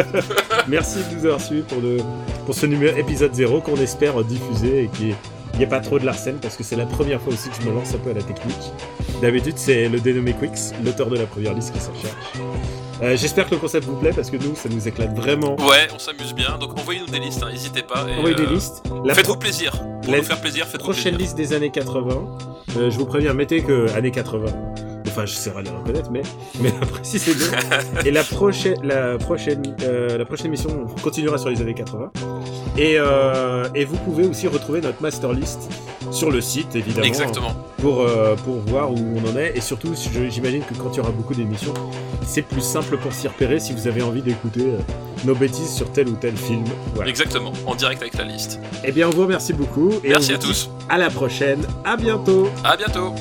S2: merci de nous avoir suivis pour, le, pour ce numéro épisode 0 qu'on espère diffuser et qui il n'y a pas trop de Larsen parce que c'est la première fois aussi que je me lance un peu à la technique. D'habitude, c'est le dénommé Quicks, l'auteur de la première liste qui s'en charge. Euh, J'espère que le concept vous plaît parce que nous, ça nous éclate vraiment.
S3: Ouais, on s'amuse bien. Donc envoyez-nous des listes, hein, n'hésitez pas. et,
S2: Envoyez des
S3: euh,
S2: listes. La
S3: Faites-vous
S2: pro-
S3: plaisir. Pour
S2: la-
S3: nous faire plaisir, faites-vous
S2: prochaine liste
S3: plaisir.
S2: des années 80. Euh, je vous préviens, mettez que années 80. Enfin, je saurais les reconnaître, mais, mais précisez bien. Et la prochaine, la prochaine, euh, la prochaine émission on continuera sur les années 80. Et, euh, et vous pouvez aussi retrouver notre master list sur le site, évidemment,
S3: Exactement.
S2: pour euh, pour voir où on en est. Et surtout, je- j'imagine que quand il y aura beaucoup d'émissions, c'est plus simple pour s'y repérer si vous avez envie d'écouter euh, nos bêtises sur tel ou tel film. Voilà.
S3: Exactement. En direct avec la liste.
S2: Eh bien, on vous remercie beaucoup. Et
S3: Merci
S2: on
S3: à
S2: vous dit
S3: tous.
S2: À la prochaine. À bientôt.
S3: À bientôt.